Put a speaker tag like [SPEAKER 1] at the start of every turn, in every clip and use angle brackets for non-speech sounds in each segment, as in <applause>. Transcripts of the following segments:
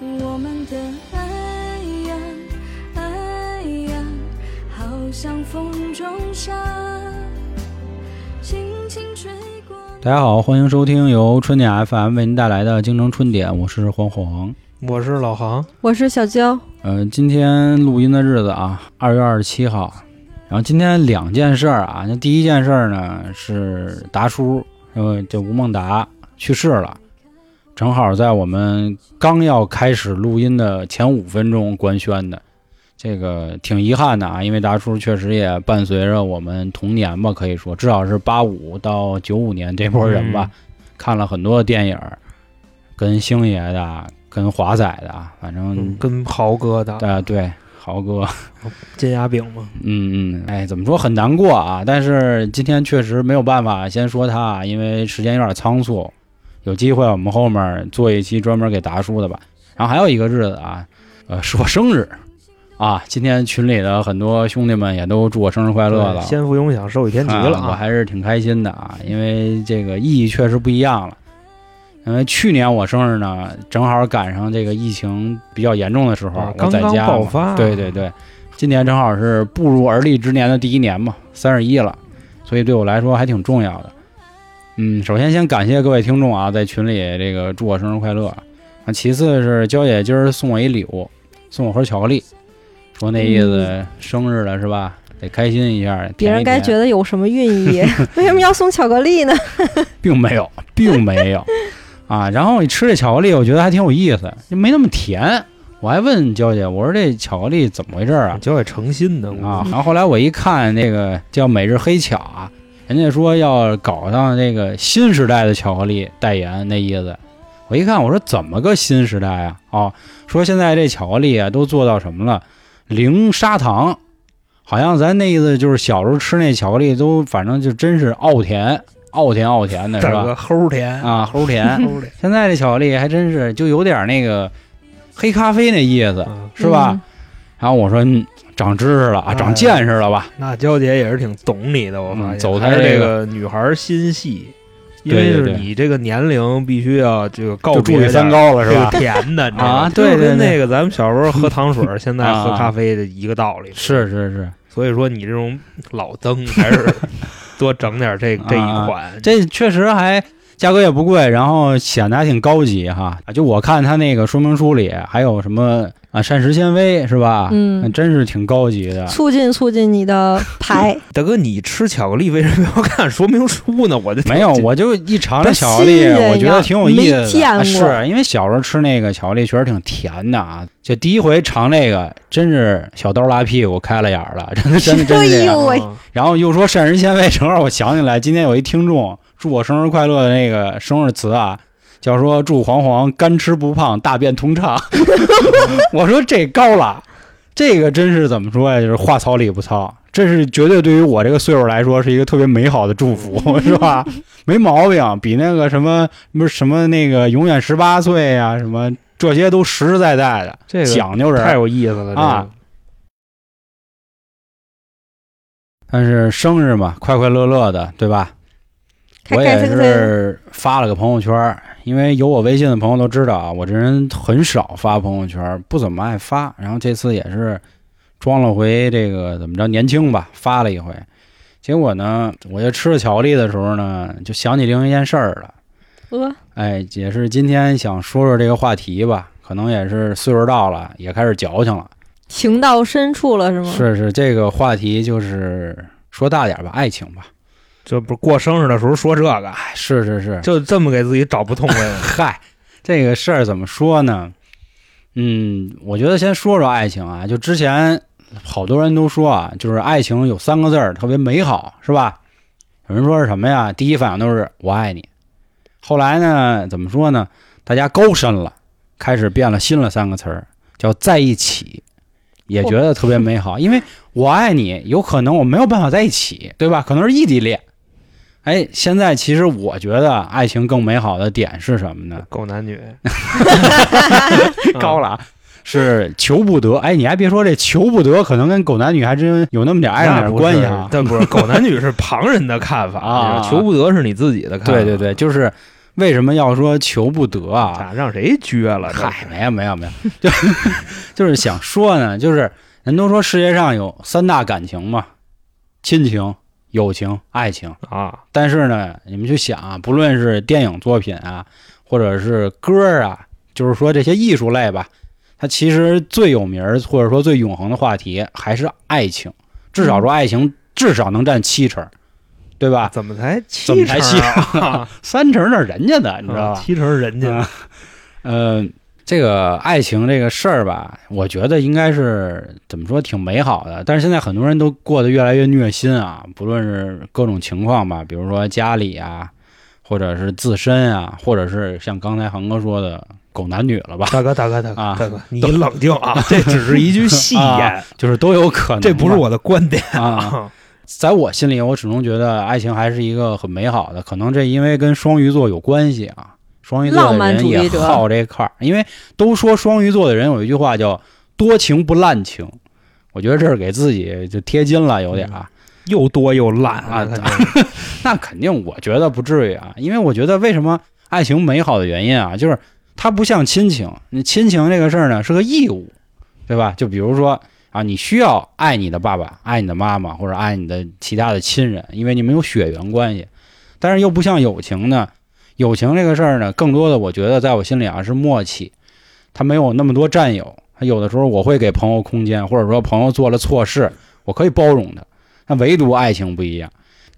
[SPEAKER 1] 我们的爱呀，爱呀，好像风中沙，轻轻吹过。
[SPEAKER 2] 大家好，欢迎收听由春点 FM 为您带来的京城春点，我是黄黄。
[SPEAKER 3] 我是老航，
[SPEAKER 4] 我是小娇，
[SPEAKER 2] 呃，今天录音的日子啊，二月二十七号。然后今天两件事儿啊，那第一件事儿呢是达叔，呃，就吴孟达去世了，正好在我们刚要开始录音的前五分钟官宣的，这个挺遗憾的啊，因为达叔确实也伴随着我们童年吧，可以说至少是八五到九五年这波人吧，看了很多的电影儿，跟星爷的，跟华仔的，反正、
[SPEAKER 3] 嗯，跟豪哥的
[SPEAKER 2] 啊对豪哥。
[SPEAKER 3] 煎鸭饼嘛，
[SPEAKER 2] 嗯嗯，哎，怎么说很难过啊？但是今天确实没有办法先说他啊，因为时间有点仓促。有机会我们后面做一期专门给达叔的吧。然后还有一个日子啊，呃，是我生日啊。今天群里的很多兄弟们也都祝我生日快乐
[SPEAKER 3] 对
[SPEAKER 2] 了，
[SPEAKER 3] 先富永享，受益天齐了
[SPEAKER 2] 啊我
[SPEAKER 3] 啊！
[SPEAKER 2] 还是挺开心的啊，因为这个意义确实不一样了。因为去年我生日呢，正好赶上这个疫情比较严重的时候，
[SPEAKER 3] 啊
[SPEAKER 2] 我在
[SPEAKER 3] 刚刚
[SPEAKER 2] 家嘛
[SPEAKER 3] 爆发
[SPEAKER 2] 对对对，今年正好是步入而立之年的第一年嘛，三十一了，所以对我来说还挺重要的。嗯，首先先感谢各位听众啊，在群里这个祝我生日快乐。啊，其次是娇姐今儿送我一礼物，送我盒巧克力，说那意思、生日了是吧？得开心一下，甜一
[SPEAKER 4] 别人该
[SPEAKER 2] 甜
[SPEAKER 4] 觉得有什么寓意？ <laughs> 为什么要送巧克力呢？ <laughs>
[SPEAKER 2] 并没有，并没有啊。然后你吃这巧克力，我觉得还挺有意思，就没那么甜。我还问娇姐，我说这巧克力怎么回事儿啊？
[SPEAKER 3] 交给诚心的
[SPEAKER 2] 啊，然后后来我一看那个叫每日黑巧啊，人家说要搞上这个新时代的巧克力代言那意思。我一看，我说怎么个新时代啊？哦，说现在这巧克力啊都做到什么了？零砂糖，好像咱那意思就是小时候吃那巧克力都反正就真是傲甜，傲甜傲甜的是
[SPEAKER 3] 这
[SPEAKER 2] 吧
[SPEAKER 3] 个？齁甜，
[SPEAKER 2] 啊，齁
[SPEAKER 3] <laughs>
[SPEAKER 2] 甜。
[SPEAKER 3] 齁甜
[SPEAKER 2] 现在这巧克力还真是就有点那个黑咖啡那意思，
[SPEAKER 3] 啊！
[SPEAKER 2] 是
[SPEAKER 1] 嗯
[SPEAKER 2] 吧？然后我说，嗯长知识了啊，
[SPEAKER 3] 哎
[SPEAKER 2] 长见识了吧？
[SPEAKER 3] 那娇姐也是挺懂你的，我发
[SPEAKER 2] 嗯
[SPEAKER 3] 现
[SPEAKER 2] 走她
[SPEAKER 3] 还是
[SPEAKER 2] 这
[SPEAKER 3] 这
[SPEAKER 2] 个
[SPEAKER 3] 个女孩心细，因
[SPEAKER 2] 对
[SPEAKER 3] 为
[SPEAKER 2] 对
[SPEAKER 3] 是
[SPEAKER 2] 对
[SPEAKER 3] 你这个年龄必须要这个告
[SPEAKER 2] 就
[SPEAKER 3] 别
[SPEAKER 2] 注意三高了
[SPEAKER 3] 点
[SPEAKER 2] 是
[SPEAKER 3] 儿这个
[SPEAKER 2] 吧？
[SPEAKER 3] 甜的，你知
[SPEAKER 2] <laughs>
[SPEAKER 3] 道
[SPEAKER 2] 啊
[SPEAKER 3] 吗？
[SPEAKER 2] 对
[SPEAKER 3] 就
[SPEAKER 2] 对
[SPEAKER 3] 跟
[SPEAKER 2] 对
[SPEAKER 3] 那个咱们小时候喝糖
[SPEAKER 2] <laughs>
[SPEAKER 3] 水儿，现在喝
[SPEAKER 2] 啊
[SPEAKER 3] 咖啡的一个道理。
[SPEAKER 2] 是是是，
[SPEAKER 3] 所以说你这种老增
[SPEAKER 2] <laughs>
[SPEAKER 3] 还是多整点这
[SPEAKER 2] 啊
[SPEAKER 3] 这一款，
[SPEAKER 4] 嗯
[SPEAKER 2] 这确实还价格也不贵，然后显得还挺高级哈。啊就我看他那个说明书里还有什么啊，膳食纤维是吧？
[SPEAKER 4] 嗯
[SPEAKER 2] 那真是挺高级的。
[SPEAKER 4] 促进促进你的牌，
[SPEAKER 3] 大哥，你吃巧克力为什么要看说明书呢？我就
[SPEAKER 2] 没有，我就一尝这
[SPEAKER 4] 不是
[SPEAKER 2] 巧克力，
[SPEAKER 4] 新人
[SPEAKER 2] 我觉得
[SPEAKER 4] 呀
[SPEAKER 2] 挺有意
[SPEAKER 4] 没
[SPEAKER 2] 思的。
[SPEAKER 4] 见
[SPEAKER 2] 啊
[SPEAKER 4] 过
[SPEAKER 2] 是因为小时候吃那个巧克力确实挺甜的啊，就第一回尝这个，真是小刀拉屁股开了眼儿了，真的真的真是这
[SPEAKER 4] 哎
[SPEAKER 2] 样
[SPEAKER 4] 呦。喂
[SPEAKER 3] 啊
[SPEAKER 2] 然后又说膳食纤维，正好我想起来，今天有一听众祝我生日快乐的那个生日词啊，叫说祝黄黄干吃不胖，大便通畅。 <laughs> 我说这高了，这个真是怎么说呀？就是话糙理不糙，这是绝对对于我这个岁数来说是一个特别美好的祝福， <laughs> 是吧？没毛病，比那个什么什么什么那个永远十八岁啊，什么这些都实实在在的，
[SPEAKER 3] 这个
[SPEAKER 2] 讲究人
[SPEAKER 3] 太有意思了
[SPEAKER 2] 啊！但是生日嘛，快快乐乐的，对吧？
[SPEAKER 4] 开
[SPEAKER 2] 我
[SPEAKER 4] 开
[SPEAKER 2] 也
[SPEAKER 4] 心心。
[SPEAKER 2] 是发了个朋友圈儿，因为有我微信的朋友都知道啊，我这人很少发朋友圈儿，不怎么爱发。然后这次也是装了回这个怎么着年轻吧，发了一回。结果呢，我就吃着巧克力的时候呢，就想起另一件事儿了。
[SPEAKER 4] 呃，
[SPEAKER 2] 哎，也是今天想说说这个话题吧，可能也是岁数到了，也开始矫情了。
[SPEAKER 4] 情到深处了是吗？
[SPEAKER 2] 是是，这个话题就是说大点儿吧，爱情吧。
[SPEAKER 3] 这不是过生日的时候说这个，
[SPEAKER 2] 哎，是是是，
[SPEAKER 3] 就这么给自己找不痛快吗
[SPEAKER 2] 嗨，这个事儿怎么说呢？嗯，我觉得先说说爱情啊，就之前好多人都说啊，就是爱情有三个字儿特别美好，是吧？有人说是什么呀？第一反应都是我爱你。后来呢，怎么说呢？大家高深了，开始变了新了三个词儿，叫在一起，也觉得特别美好。因为我爱你，有可能我没有办法在一起，对吧？可能是异地恋。哎，现在其实我觉得爱情更美好的点是什么呢？
[SPEAKER 3] 狗男
[SPEAKER 2] <laughs>
[SPEAKER 3] 女
[SPEAKER 2] 高了啊，是求不得。哎，你还别说，这求不得可能跟狗男女还真有那么点爱
[SPEAKER 3] 爱
[SPEAKER 2] 上点关系啊。
[SPEAKER 3] 但不是狗男女是旁人的看法
[SPEAKER 2] 啊 <laughs>
[SPEAKER 3] 求不得是你自己的看法。
[SPEAKER 2] 对对对，就是为什么要说求不得啊？
[SPEAKER 3] 咋让谁撅了？这
[SPEAKER 2] 嗨，没有没有没有， <laughs> 就就是想说呢，就是人都说世界上有三大感情嘛，亲情、友情、爱情。
[SPEAKER 3] 啊，
[SPEAKER 2] 但是呢，你们去想啊，不论是电影作品啊，或者是歌儿啊，就是说这些艺术类吧，它其实最有名儿或者说最永恒的话题还是爱情，至少说爱情至少能占七成，对吧？
[SPEAKER 3] 怎么才七
[SPEAKER 2] 怎么才七
[SPEAKER 3] 成啊？
[SPEAKER 2] 三成那是人家的，你知道
[SPEAKER 3] 啊
[SPEAKER 2] 吧？
[SPEAKER 3] 七成人家
[SPEAKER 2] 啊 <laughs> 呃，这个爱情这个事儿吧，我觉得应该是怎么说挺美好的，但是现在很多人都过得越来越虐心啊，不论是各种情况吧，比如说家里啊，或者是自身啊，或者是像刚才恒哥说的狗男女了吧， <laughs>
[SPEAKER 3] 大哥，大哥，大
[SPEAKER 2] 啊
[SPEAKER 3] 哥，大哥，你冷静
[SPEAKER 2] <laughs>
[SPEAKER 3] 啊！这只是一句戏言
[SPEAKER 2] 啊，就是都有可能吧，
[SPEAKER 3] 这不是我的观点
[SPEAKER 2] 啊。
[SPEAKER 3] 啊。
[SPEAKER 2] 在我心里，我始终觉得爱情还是一个很美好的，可能这因为跟双鱼座有关系啊。双鱼座
[SPEAKER 4] 浪
[SPEAKER 2] 的
[SPEAKER 4] 漫
[SPEAKER 2] 人
[SPEAKER 4] 主义
[SPEAKER 2] 也
[SPEAKER 4] 者
[SPEAKER 2] 好这块儿，因为都说双鱼座的人有一句话叫“多情不滥情”，我觉得这是给自己就贴金了，有点啊。
[SPEAKER 3] 又多又烂
[SPEAKER 2] 啊
[SPEAKER 3] 看见
[SPEAKER 2] 那肯定，我觉得不至于啊，因为我觉得为什么爱情美好的原因啊，就是它不像亲情，你亲情这个事儿呢是个义务，对吧？就比如说啊，你需要爱你的爸爸、爱你的妈妈或者爱你的其他的亲人，因为你们有血缘关系，但是又不像友情呢，友情这个事儿呢，更多的我觉得在我心里啊是默契，它没有那么多占有，它有的时候我会给朋友空间，或者说朋友做了错事，我可以包容他，但唯独爱情不一样。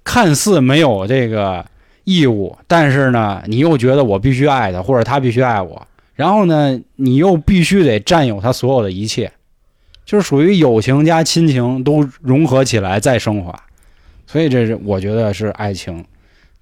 [SPEAKER 2] 看似没有这个义务，但是呢，你又觉得我必须爱他，或者他必须爱我，然后呢，你又必须得占有他所有的一切，就是属于友情加亲情都融合起来再升华，所以这是我觉得是爱情，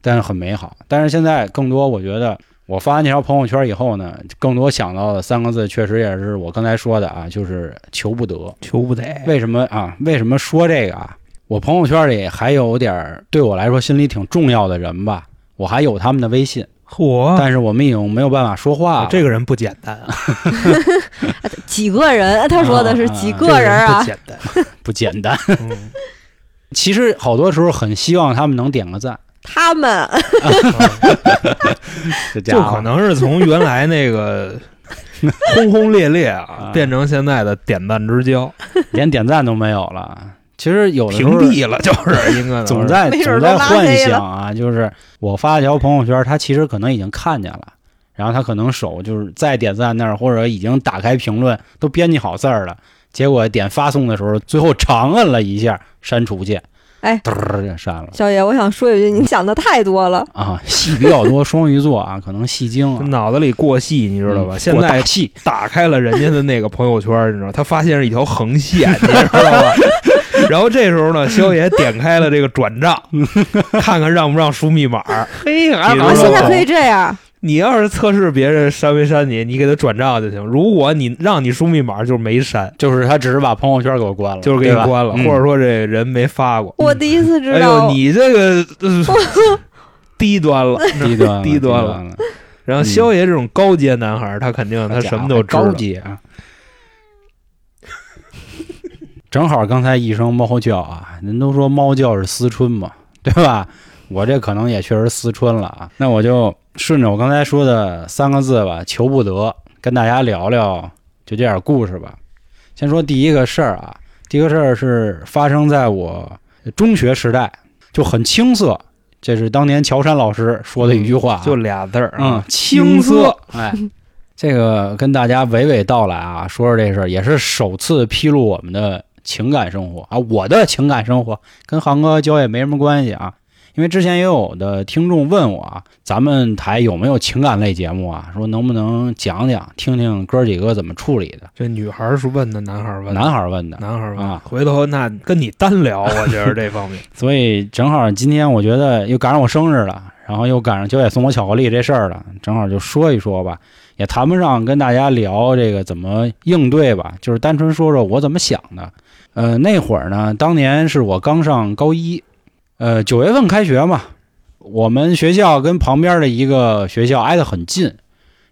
[SPEAKER 2] 但是很美好。但是现在更多，我觉得我发完那条朋友圈以后呢，更多想到的三个字，确实也是我刚才说的啊，就是求不得。
[SPEAKER 3] 求不得。
[SPEAKER 2] 为什么啊？为什么说这个啊？我朋友圈里还有点儿对我来说心里挺重要的人吧，我还有他们的微信，
[SPEAKER 3] 嚯，
[SPEAKER 2] 但是我们已经没有办法说话了。
[SPEAKER 3] 啊哦这个人不简单啊，
[SPEAKER 4] 几个人？他说的是
[SPEAKER 2] 啊
[SPEAKER 4] 几
[SPEAKER 2] 啊啊
[SPEAKER 3] 这
[SPEAKER 4] 个人
[SPEAKER 3] 不
[SPEAKER 4] 啊？
[SPEAKER 3] 简单。
[SPEAKER 2] 不简单。 <laughs>
[SPEAKER 3] 嗯
[SPEAKER 2] 其实好多时候很希望他们能点个赞，
[SPEAKER 4] 他们 <laughs>
[SPEAKER 3] 嗯
[SPEAKER 2] 这家
[SPEAKER 3] <laughs> 就
[SPEAKER 2] 伙
[SPEAKER 3] 可能是啊从原来那 <laughs> 个轰轰烈烈啊，变成现在的点赞之交，
[SPEAKER 2] 连点赞都没有了。其实有的时
[SPEAKER 3] 屏
[SPEAKER 2] 候
[SPEAKER 3] 蔽了，就是 <laughs> 应该
[SPEAKER 2] 总在
[SPEAKER 4] 没准
[SPEAKER 2] 总
[SPEAKER 4] 儿
[SPEAKER 2] 在
[SPEAKER 4] 都拉
[SPEAKER 2] 幻
[SPEAKER 4] 黑了
[SPEAKER 2] 想啊，就是我发一条朋友圈，他其实可能已经看见了，然后他可能手就是在点赞那儿，或者已经打开评论，都编辑好字儿了，结果点发送的时候，最后长摁了一下删除键，
[SPEAKER 4] 哎
[SPEAKER 2] 嘚儿就删了
[SPEAKER 4] 小野，我想说一句，你想的太多了。
[SPEAKER 2] 啊。戏比较多，双鱼座啊，可能戏精啊，
[SPEAKER 3] 脑子里过细，你知道吧？
[SPEAKER 2] 嗯
[SPEAKER 3] 现
[SPEAKER 2] 过大
[SPEAKER 3] 在
[SPEAKER 2] 戏
[SPEAKER 3] 打开了人家的那个朋友圈，你知道，他发现是一条横线， <laughs> 你知道吧？然后这时候呢，肖爷点开了这个转账， <laughs> 看看让不让输密码。嘿，
[SPEAKER 2] 还
[SPEAKER 4] 我
[SPEAKER 2] 不是
[SPEAKER 4] 啊现在
[SPEAKER 2] 我
[SPEAKER 4] 可以这样，
[SPEAKER 3] 你要是测试别人删没删你，你给他转账就行。如果你让你输密码，就是没删，
[SPEAKER 2] 就是他只是把朋友圈给我关了，
[SPEAKER 3] 就是给你
[SPEAKER 2] 对吧
[SPEAKER 3] 关了，
[SPEAKER 2] 嗯
[SPEAKER 3] 或者说这人没发过。
[SPEAKER 4] 我第一次知
[SPEAKER 3] 哎呦，
[SPEAKER 4] 道。
[SPEAKER 3] 你这个、呃低端
[SPEAKER 4] <laughs>
[SPEAKER 3] 了，
[SPEAKER 2] 低端了
[SPEAKER 3] 低端了。然后肖爷这种高阶男孩儿，他肯定他什么都知道
[SPEAKER 2] 高。级啊。正好刚才一声猫叫啊，人都说猫叫是思春嘛，对吧？我这可能也确实思春了啊。那我就顺着我刚才说的三个字吧，求不得，跟大家聊聊就这点故事吧。先说第一个事儿啊，第一个事儿是发生在我中学时代，就很青涩。这是当年乔杉老师说的一句话、啊
[SPEAKER 3] 就俩字儿
[SPEAKER 2] 嗯
[SPEAKER 3] 啊，，
[SPEAKER 2] 青涩
[SPEAKER 3] 涩。
[SPEAKER 2] 哎，这个跟大家娓娓道来啊，说说这事儿，也是首次披露我们的情感生活啊。我的情感生活跟航哥交也没什么关系啊，因为之前也有的听众问我啊，咱们台有没有情感类节目啊？说能不能讲讲，听听哥几个怎么处理的？
[SPEAKER 3] 这女孩儿是问的，男孩儿问的，
[SPEAKER 2] 男孩儿问的，
[SPEAKER 3] 男孩儿问的
[SPEAKER 2] 啊
[SPEAKER 3] 回头那跟你单聊，我
[SPEAKER 2] <laughs>
[SPEAKER 3] 觉得这方面
[SPEAKER 2] 所以正好今天我觉得又赶上我生日了，然后又赶上九姐送我巧克力这事儿了，正好就说一说吧，也谈不上跟大家聊这个怎么应对吧，就是单纯说说我怎么想的。呃，那会儿呢，当年是我刚上高一，呃，九月份开学嘛，我们学校跟旁边的一个学校挨得很近，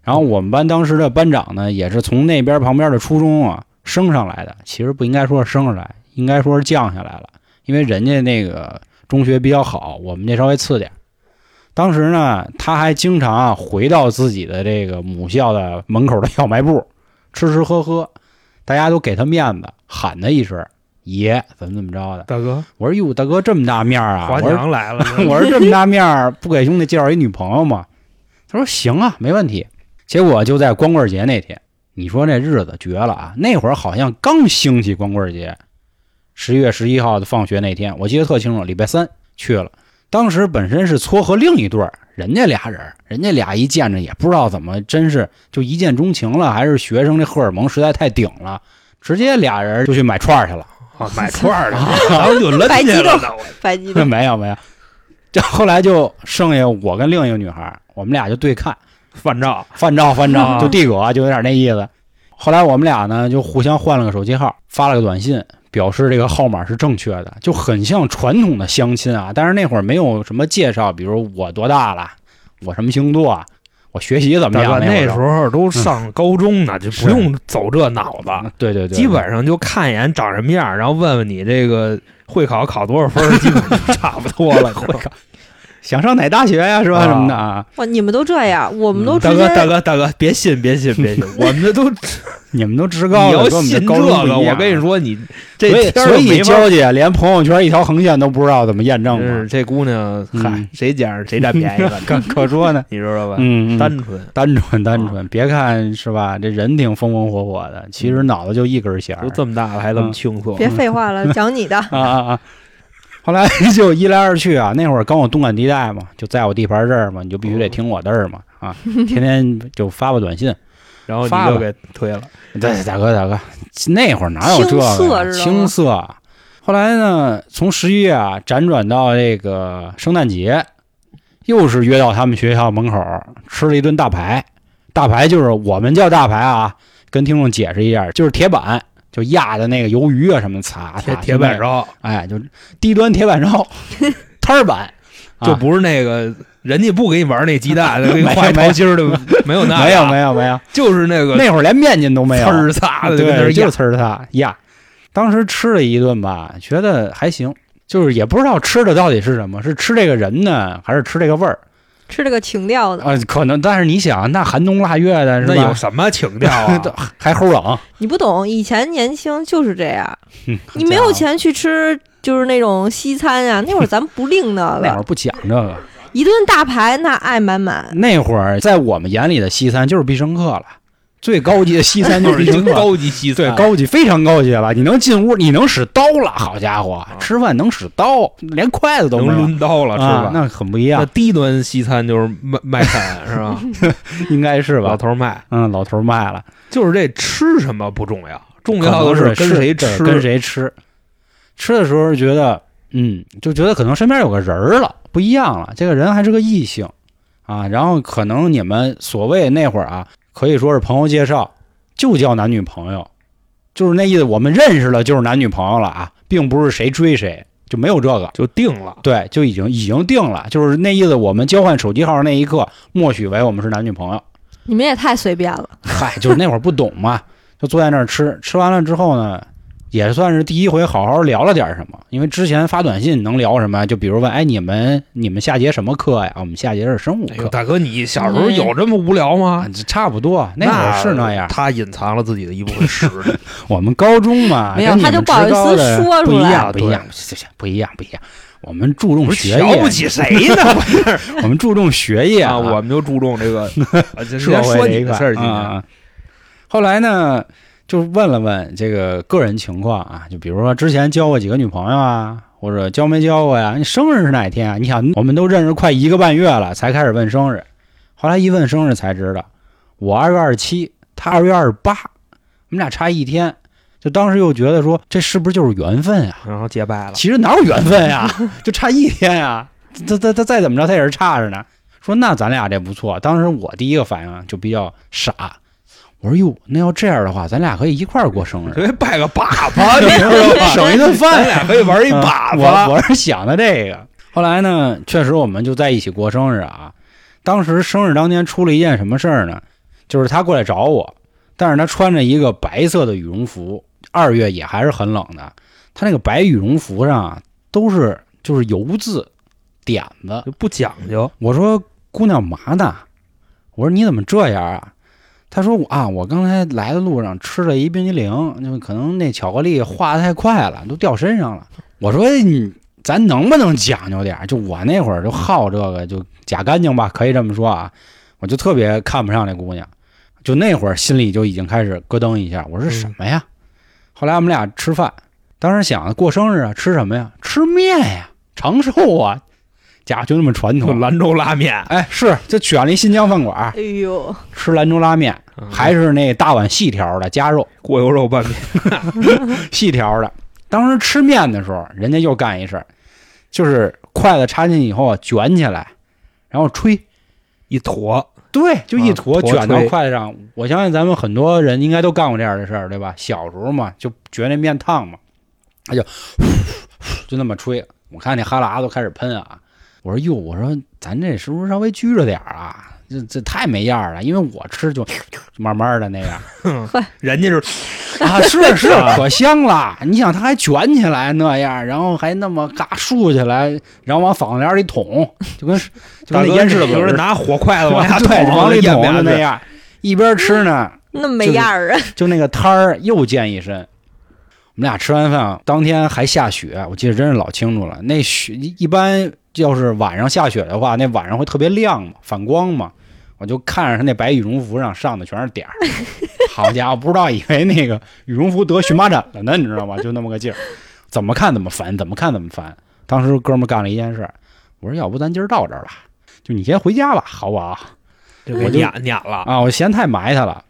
[SPEAKER 2] 然后我们班当时的班长呢，也是从那边旁边的初中啊升上来的，其实不应该说是升上来，应该说是降下来了。因为人家那个中学比较好，我们这稍微次点儿。当时呢，他还经常啊回到自己的这个母校的门口的小卖部，吃吃喝喝，大家都给他面子，喊他一声爷，怎么怎么着的。
[SPEAKER 3] 大哥，
[SPEAKER 2] 我说哟，大哥这么大面儿啊！
[SPEAKER 3] 华
[SPEAKER 2] 我说
[SPEAKER 3] 娘来 <laughs> 了，
[SPEAKER 2] <laughs> 我说这么大面儿，不给兄弟介绍一女朋友吗？他说行啊，没问题。结果就在光棍节那天，你说那日子绝了啊！那会儿好像刚兴起光棍节，十一月十一号的放学那天，我记得特清楚，礼拜三去了。当时本身是撮合另一对儿，人家俩人儿，人家俩一见着也不知道怎么，真是就一见钟情了，还是学生这荷尔蒙实在太顶了，直接俩人就去买串儿去了。
[SPEAKER 3] 啊买串儿的，然后就抡
[SPEAKER 4] <laughs> 白
[SPEAKER 3] 起
[SPEAKER 4] 激
[SPEAKER 3] 来
[SPEAKER 4] 动
[SPEAKER 3] 了。
[SPEAKER 4] 白鸡
[SPEAKER 2] 那 <laughs>
[SPEAKER 4] 的，
[SPEAKER 2] 没有没有，这后来就剩下我跟另一个女孩儿，我们俩就对看，
[SPEAKER 3] 范照，
[SPEAKER 2] 翻照翻照，
[SPEAKER 3] 啊
[SPEAKER 2] 就递给我，就有点那意思。后来我们俩呢，就互相换了个手机号，发了个短信，表示这个号码是正确的，就很像传统的相亲啊。但是那会儿没有什么介绍，比如我多大了，我什么星座啊，我学习怎么
[SPEAKER 3] 大
[SPEAKER 2] 样
[SPEAKER 3] 哥
[SPEAKER 2] 会儿
[SPEAKER 3] 那时候都上高中呢，就
[SPEAKER 2] 嗯
[SPEAKER 3] 不
[SPEAKER 2] 是
[SPEAKER 3] 用走这脑子，
[SPEAKER 2] 啊，对对对，
[SPEAKER 3] 基本上就看一眼长什么样儿，然后问问你这个会考考多少分儿，基本就差不多
[SPEAKER 2] <laughs>
[SPEAKER 3] 了。
[SPEAKER 2] 会考想上哪大学呀、是吧？
[SPEAKER 3] 啊
[SPEAKER 2] 什么的啊，
[SPEAKER 4] 哇，你们都这样，我们都直
[SPEAKER 3] 嗯大哥，
[SPEAKER 4] 接
[SPEAKER 3] 大哥，大哥，别信，别信，别
[SPEAKER 2] <laughs>
[SPEAKER 3] 信！我们这都，你
[SPEAKER 2] 你们都职高了，
[SPEAKER 3] 要
[SPEAKER 2] 跟我们
[SPEAKER 3] 信这
[SPEAKER 2] 高
[SPEAKER 3] 个，
[SPEAKER 2] 中不一样
[SPEAKER 3] 我跟你说，你这
[SPEAKER 2] 所以
[SPEAKER 3] 天儿
[SPEAKER 2] 所以
[SPEAKER 3] 没法
[SPEAKER 2] 娇姐连朋友圈一条横线都不知道怎么验证
[SPEAKER 3] 真
[SPEAKER 2] <laughs>
[SPEAKER 3] 是
[SPEAKER 2] 吗？
[SPEAKER 3] 这姑娘，嗨
[SPEAKER 2] 嗯，
[SPEAKER 3] 谁捡着谁占便宜了，
[SPEAKER 2] <laughs>
[SPEAKER 3] <laughs>
[SPEAKER 2] 可可说呢，
[SPEAKER 3] 你知道吧？
[SPEAKER 2] 嗯，嗯
[SPEAKER 3] 单纯，啊
[SPEAKER 2] 单纯单纯，别看是吧，这人挺风风火火的，其实脑子就一根弦儿
[SPEAKER 3] 嗯都这么大了还这么
[SPEAKER 2] 嗯
[SPEAKER 3] 青涩，
[SPEAKER 4] 别废话了，讲
[SPEAKER 2] <laughs>
[SPEAKER 4] 你的，
[SPEAKER 2] 啊啊啊！后来 <laughs> 就一来二去啊，那会儿刚我东莞地带嘛，就在我地盘这儿嘛，你就必须
[SPEAKER 3] 哦
[SPEAKER 2] 得听我的儿嘛
[SPEAKER 3] <laughs>
[SPEAKER 2] 啊，天天就发发短信。
[SPEAKER 3] 然后
[SPEAKER 2] 发
[SPEAKER 3] 你
[SPEAKER 2] 吧
[SPEAKER 3] 就给推了，
[SPEAKER 2] 对，大哥大哥，那会儿哪有这个呀
[SPEAKER 4] 青涩知道吗
[SPEAKER 2] 青涩？后来呢，从十一月啊，辗转到这个圣诞节，又是约到他们学校门口吃了一顿大排。大排就是我们叫大排啊，跟听众解释一下，就是铁板，就压的那个鱿鱼啊什么的，擦
[SPEAKER 3] 铁
[SPEAKER 2] 擦
[SPEAKER 3] 铁板，烧
[SPEAKER 2] 就那个哎，就低端铁板烧 <laughs> 摊儿板，啊
[SPEAKER 3] 就不是那个人家不给你玩那
[SPEAKER 2] <laughs>
[SPEAKER 3] 鸡蛋，给你画一
[SPEAKER 2] 没有
[SPEAKER 3] 桃心儿的，没 <laughs> 有那个，
[SPEAKER 2] 没有没有没有，
[SPEAKER 3] <laughs> 就是那个
[SPEAKER 2] 那会儿连面筋都没有，
[SPEAKER 3] 呲儿擦的，就跟那
[SPEAKER 2] 对，
[SPEAKER 3] 儿
[SPEAKER 2] 就
[SPEAKER 3] 压
[SPEAKER 2] 是呲儿它呀。当时吃了一顿吧，觉得还行，就是也不知道吃的到底是什么，是吃这个人呢，还是吃这个味儿
[SPEAKER 4] 吃这个情调的，
[SPEAKER 2] 啊、可能，但是你想，那寒冬腊月的是
[SPEAKER 3] 那
[SPEAKER 2] 吧？
[SPEAKER 3] 有什么情
[SPEAKER 2] <laughs>
[SPEAKER 3] 调啊？
[SPEAKER 2] 都还齁冷，
[SPEAKER 4] 你不懂，以前年轻就是这样，
[SPEAKER 2] 嗯
[SPEAKER 4] 你没有。钱去吃就是那种西餐呀、那会儿咱们不吝
[SPEAKER 2] <laughs>
[SPEAKER 4] 那
[SPEAKER 2] 那会
[SPEAKER 4] 个，
[SPEAKER 2] 儿不讲这个，
[SPEAKER 4] 一顿大排那爱满满，
[SPEAKER 2] 那会儿在我们眼里的西餐就是必胜客了，最高级的西餐就
[SPEAKER 3] 就是是
[SPEAKER 2] 必
[SPEAKER 3] 已
[SPEAKER 2] 胜
[SPEAKER 3] 经
[SPEAKER 2] 客，
[SPEAKER 3] <laughs> 高级啊西餐
[SPEAKER 2] 对，
[SPEAKER 3] 了，
[SPEAKER 2] 高级非常高级了。你能进屋，你能使刀了，好家伙，吃饭能使刀，连筷子都
[SPEAKER 3] 啊能
[SPEAKER 2] 没有
[SPEAKER 3] 抡刀了是
[SPEAKER 2] 啊
[SPEAKER 3] 吧？，
[SPEAKER 2] 那很不一
[SPEAKER 3] 那
[SPEAKER 2] 样，
[SPEAKER 3] 低端西餐就是卖卖惨是吧？
[SPEAKER 2] 应该 <laughs> 是吧
[SPEAKER 3] 老？头儿卖，
[SPEAKER 2] 嗯，老头儿卖了，
[SPEAKER 3] 就是这吃什么不重要，重
[SPEAKER 2] 可
[SPEAKER 3] 要的
[SPEAKER 2] 能是
[SPEAKER 3] 跟谁
[SPEAKER 2] 对
[SPEAKER 3] 吃，
[SPEAKER 2] 跟谁吃。吃的时候觉得，嗯，就觉得可能身边有个人儿了，不一样了，这个人还是个异性啊。然后可能你们所谓那会儿啊，可以说是朋友介绍，就叫男女朋友，就是那意思，我们认识了就是男女朋友了啊，并不是谁追谁，就没有这个。
[SPEAKER 3] 就定了。
[SPEAKER 2] 对，就已经已经定了，就是那意思。我们交换手机号那一刻，默许为我们是男女朋友。
[SPEAKER 4] 你们也太随便了，
[SPEAKER 2] 嗨， <laughs> 就是那会儿不懂嘛，就坐在那儿吃，吃完了之后呢，也算是第一回好好聊了点什么。因为之前发短信能聊什么呀？就比如问，哎，你们你们下节什么课呀？我们下节是生物
[SPEAKER 3] 哎
[SPEAKER 2] 课
[SPEAKER 3] 呦，，大哥，你小时候有这么无聊
[SPEAKER 2] 啊
[SPEAKER 3] 吗？
[SPEAKER 2] 这差不多。那会儿是
[SPEAKER 3] <laughs>
[SPEAKER 2] 那样，
[SPEAKER 3] 他隐藏了自己的一部分实力。
[SPEAKER 2] 我们高中嘛，
[SPEAKER 4] 没有
[SPEAKER 2] 跟你
[SPEAKER 4] 他就
[SPEAKER 2] 们
[SPEAKER 4] 不好
[SPEAKER 2] 职
[SPEAKER 4] 意
[SPEAKER 2] 高
[SPEAKER 4] 思
[SPEAKER 2] 的
[SPEAKER 4] 说
[SPEAKER 2] 不
[SPEAKER 4] 出
[SPEAKER 2] 一
[SPEAKER 4] 来啊
[SPEAKER 2] 样，不一
[SPEAKER 3] 对
[SPEAKER 2] 样，行行，不一样，不一样。我们注重
[SPEAKER 3] 不是
[SPEAKER 2] 学
[SPEAKER 3] 瞧不
[SPEAKER 2] 业，
[SPEAKER 3] 起谁呢？
[SPEAKER 2] 我们注重学业
[SPEAKER 3] 啊，我们就注重这 <laughs> 个啊今
[SPEAKER 2] 社
[SPEAKER 3] 天
[SPEAKER 2] 会
[SPEAKER 3] 说
[SPEAKER 2] 这
[SPEAKER 3] 你
[SPEAKER 2] 一块
[SPEAKER 3] 的事儿，今
[SPEAKER 2] 啊
[SPEAKER 3] 天
[SPEAKER 2] 啊后来呢，就问了问这个个人情况啊，就比如说之前交过几个女朋友啊，或者交没交过呀？你生日是哪天啊？你想，我们都认识快一个半月了，才开始问生日。后来一问生日才知道，我二月二十七，他二月二十八，我们俩差一天。就当时又觉得说，这是不是就是缘分啊？
[SPEAKER 3] 然后结拜 <laughs> 了。
[SPEAKER 2] 其实哪有缘分呀、 <laughs> 就差一天呀、他他他再怎么着，他也是差着呢。说那咱俩这不错。当时我第一个反应就比较傻，我说哟，那要这样的话，咱俩可以一块儿过生日，
[SPEAKER 3] 所以拜个粑粑，你知道吗？
[SPEAKER 2] <laughs> 省一顿
[SPEAKER 3] <laughs> 咱
[SPEAKER 2] 饭呀。
[SPEAKER 3] 俩可以玩一粑
[SPEAKER 2] 嗯我
[SPEAKER 3] 粑。
[SPEAKER 2] 我是想的这个。后来呢，确实我们就在一起过生日啊。当时生日当天出了一件什么事儿呢？就是他过来找我，但是他穿着一个白色的羽绒服，二月也还是很冷的。他那个白羽绒服上啊，都是就是油渍，点子。
[SPEAKER 3] <laughs> 就不讲究，
[SPEAKER 2] 我说姑娘嘛呢？我说你怎么这样啊？她说我啊，我刚才来的路上吃了一冰激凌，那可能那巧克力化的太快了，都掉身上了。我说哎你咱能不能讲究点儿？就我那会儿就好这个，就假干净吧，可以这么说啊。我就特别看不上这姑娘，就那会儿心里就已经开始咯噔一下。我说
[SPEAKER 3] 嗯
[SPEAKER 2] 什么呀？后来我们俩吃饭，当时想过生日啊，吃什么呀？吃面呀，长寿啊，家就那么传
[SPEAKER 3] 就
[SPEAKER 2] 统。
[SPEAKER 3] 兰州拉面，
[SPEAKER 2] 哎，是就选了一新疆饭馆
[SPEAKER 4] 哎呦，
[SPEAKER 2] 吃兰州拉面，
[SPEAKER 3] 嗯
[SPEAKER 2] 还是那大碗细条的加肉，
[SPEAKER 3] 过油肉拌面，
[SPEAKER 2] 细条的。当时吃面的时候，人家又干一事儿，就是筷子插进去以后啊卷起来，然后吹，
[SPEAKER 3] <laughs> 一坨，
[SPEAKER 2] 对，就一坨
[SPEAKER 3] 啊坨
[SPEAKER 2] 卷到
[SPEAKER 3] 吹
[SPEAKER 2] 筷子上。我相信咱们很多人应该都干过这样的事儿，对吧？小时候嘛，就觉得那面烫嘛，他就就那么吹。我看那哈喇子都开始喷啊！我说哟，我说咱这是不是稍微拘着点儿啊？这这太没样儿了，因为我吃就慢慢的那样
[SPEAKER 3] <laughs> 人家是
[SPEAKER 2] 啊，是是，可香了。你想，它还卷起来那样，然后还那么嘎竖起来，然后往嗓子眼儿里捅，就跟就
[SPEAKER 3] 大
[SPEAKER 2] 跟
[SPEAKER 3] 哥
[SPEAKER 2] 那烟柿子
[SPEAKER 3] 你
[SPEAKER 2] 口似
[SPEAKER 3] 不是
[SPEAKER 2] 的。
[SPEAKER 3] 拿火筷 <laughs> 子往
[SPEAKER 2] 往
[SPEAKER 3] 下
[SPEAKER 2] 下
[SPEAKER 3] 捅，
[SPEAKER 2] 对，往里
[SPEAKER 3] 咽
[SPEAKER 2] 捅的
[SPEAKER 3] 不下
[SPEAKER 2] 那
[SPEAKER 3] 去，
[SPEAKER 2] 样，一边吃呢，
[SPEAKER 4] 那么没样儿啊！
[SPEAKER 2] 就那个摊儿又溅一身。我们俩吃完饭，当天还下雪，我记得真是老清楚了。那雪一一般要是晚上下雪的话，那晚上会特别亮嘛，反光嘛。我就看着他那白羽绒服上上的全是点儿，好家伙，不知道以为那个羽绒服得荨麻疹了呢，你知道吗？就那么个劲儿，怎么看怎么烦，怎么看怎么烦。当时哥们儿干了一件事儿，我说要不咱今儿到这儿吧，就你先回家吧，好不好？
[SPEAKER 3] 就给
[SPEAKER 2] 我就
[SPEAKER 3] 撵撵了，
[SPEAKER 2] 啊，我嫌太埋汰了。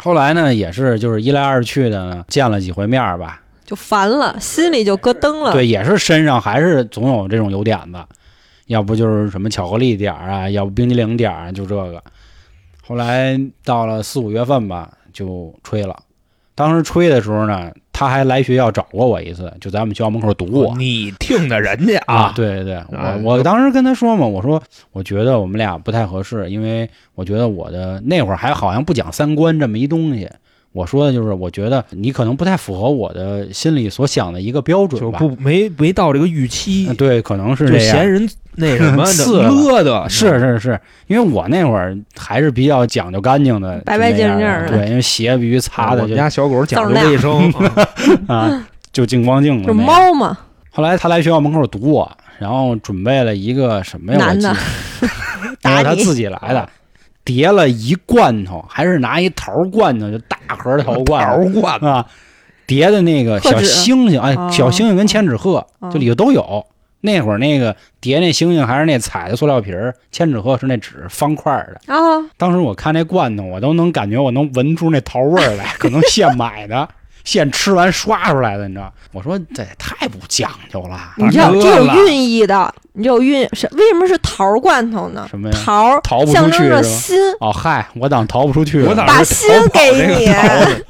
[SPEAKER 2] 后来呢，也是就是一来二去的呢，见了几回面儿吧，
[SPEAKER 4] <laughs> 就烦了，心里就咯噔了。
[SPEAKER 2] 对，也是身上还是总有这种油点子，要不就是什么巧克力点儿啊，要不冰激凌点儿啊，就这个。后来到了四五月份吧，就吹了。当时吹的时候呢，他还来学校找过我一次，就在我们学校门口堵我。
[SPEAKER 3] 啊你 <laughs> 听着人家
[SPEAKER 2] 啊
[SPEAKER 3] 啊，，
[SPEAKER 2] 对对对，
[SPEAKER 3] 啊
[SPEAKER 2] 我我当时跟他说嘛，我说我觉得我们俩不太合适，因为我觉得我的那会儿还好像不讲三观这么一东西。我说的就是，我觉得你可能不太符合我的心里所想的一个标准
[SPEAKER 3] 就
[SPEAKER 2] 吧。
[SPEAKER 3] 不没没到这个预期
[SPEAKER 2] 嗯，对，可能是
[SPEAKER 3] 就
[SPEAKER 2] 这样。
[SPEAKER 3] 嫌人那什 <laughs> 么的
[SPEAKER 2] 次了
[SPEAKER 3] 勒的，嗯
[SPEAKER 2] 是是是，因为我那会儿还是比较讲究干净的，
[SPEAKER 4] 白白
[SPEAKER 2] 就那样
[SPEAKER 4] 净净儿的
[SPEAKER 2] 对，因为鞋必须擦
[SPEAKER 3] 啊我
[SPEAKER 2] 的
[SPEAKER 3] 们
[SPEAKER 2] 就
[SPEAKER 3] 家小狗讲
[SPEAKER 4] 字
[SPEAKER 3] 究
[SPEAKER 4] 儿亮
[SPEAKER 3] 卫生，啊
[SPEAKER 2] 啊，就净光净
[SPEAKER 4] 就
[SPEAKER 2] 的那样。
[SPEAKER 4] 猫嘛，
[SPEAKER 2] 后来他来学校门口堵我，然后准备了一个什么呀？我
[SPEAKER 4] 男
[SPEAKER 2] 记
[SPEAKER 4] 的
[SPEAKER 2] 得没有
[SPEAKER 4] <laughs> 打
[SPEAKER 2] 他
[SPEAKER 4] 你
[SPEAKER 2] 自己来的，叠了一罐头，还是拿一桃罐头，就大盒的桃罐头
[SPEAKER 3] 桃罐
[SPEAKER 2] 啊，叠的那个
[SPEAKER 4] 贺
[SPEAKER 2] 小
[SPEAKER 4] 纸
[SPEAKER 2] 星星，哎，
[SPEAKER 4] 哦
[SPEAKER 2] 小星星跟千纸鹤，
[SPEAKER 4] 哦
[SPEAKER 2] 就里头都有。那会儿那个叠那星星还是那彩的塑料皮儿，千纸鹤是那纸方块儿的。
[SPEAKER 4] 啊，
[SPEAKER 2] 当时我看那罐头，我都能感觉我能闻出那桃味儿
[SPEAKER 4] <laughs>
[SPEAKER 2] 来，可能现买的，现吃完刷出来的，你知道？我说这也太不讲究了，
[SPEAKER 4] 你这
[SPEAKER 3] 大哥
[SPEAKER 4] 这有
[SPEAKER 3] 了
[SPEAKER 4] 寓意的，你这有寓是为什么是桃罐头呢？
[SPEAKER 2] 什么呀？
[SPEAKER 4] 桃儿
[SPEAKER 2] 逃不出
[SPEAKER 4] 象征
[SPEAKER 2] 去是吧
[SPEAKER 4] 着心，
[SPEAKER 2] 哦，嗨，我当逃不出去了，
[SPEAKER 3] 我咋
[SPEAKER 4] 把
[SPEAKER 3] 是
[SPEAKER 4] 心
[SPEAKER 3] 逃跑
[SPEAKER 4] 给
[SPEAKER 3] 这个
[SPEAKER 4] 你 <laughs>
[SPEAKER 3] 逃的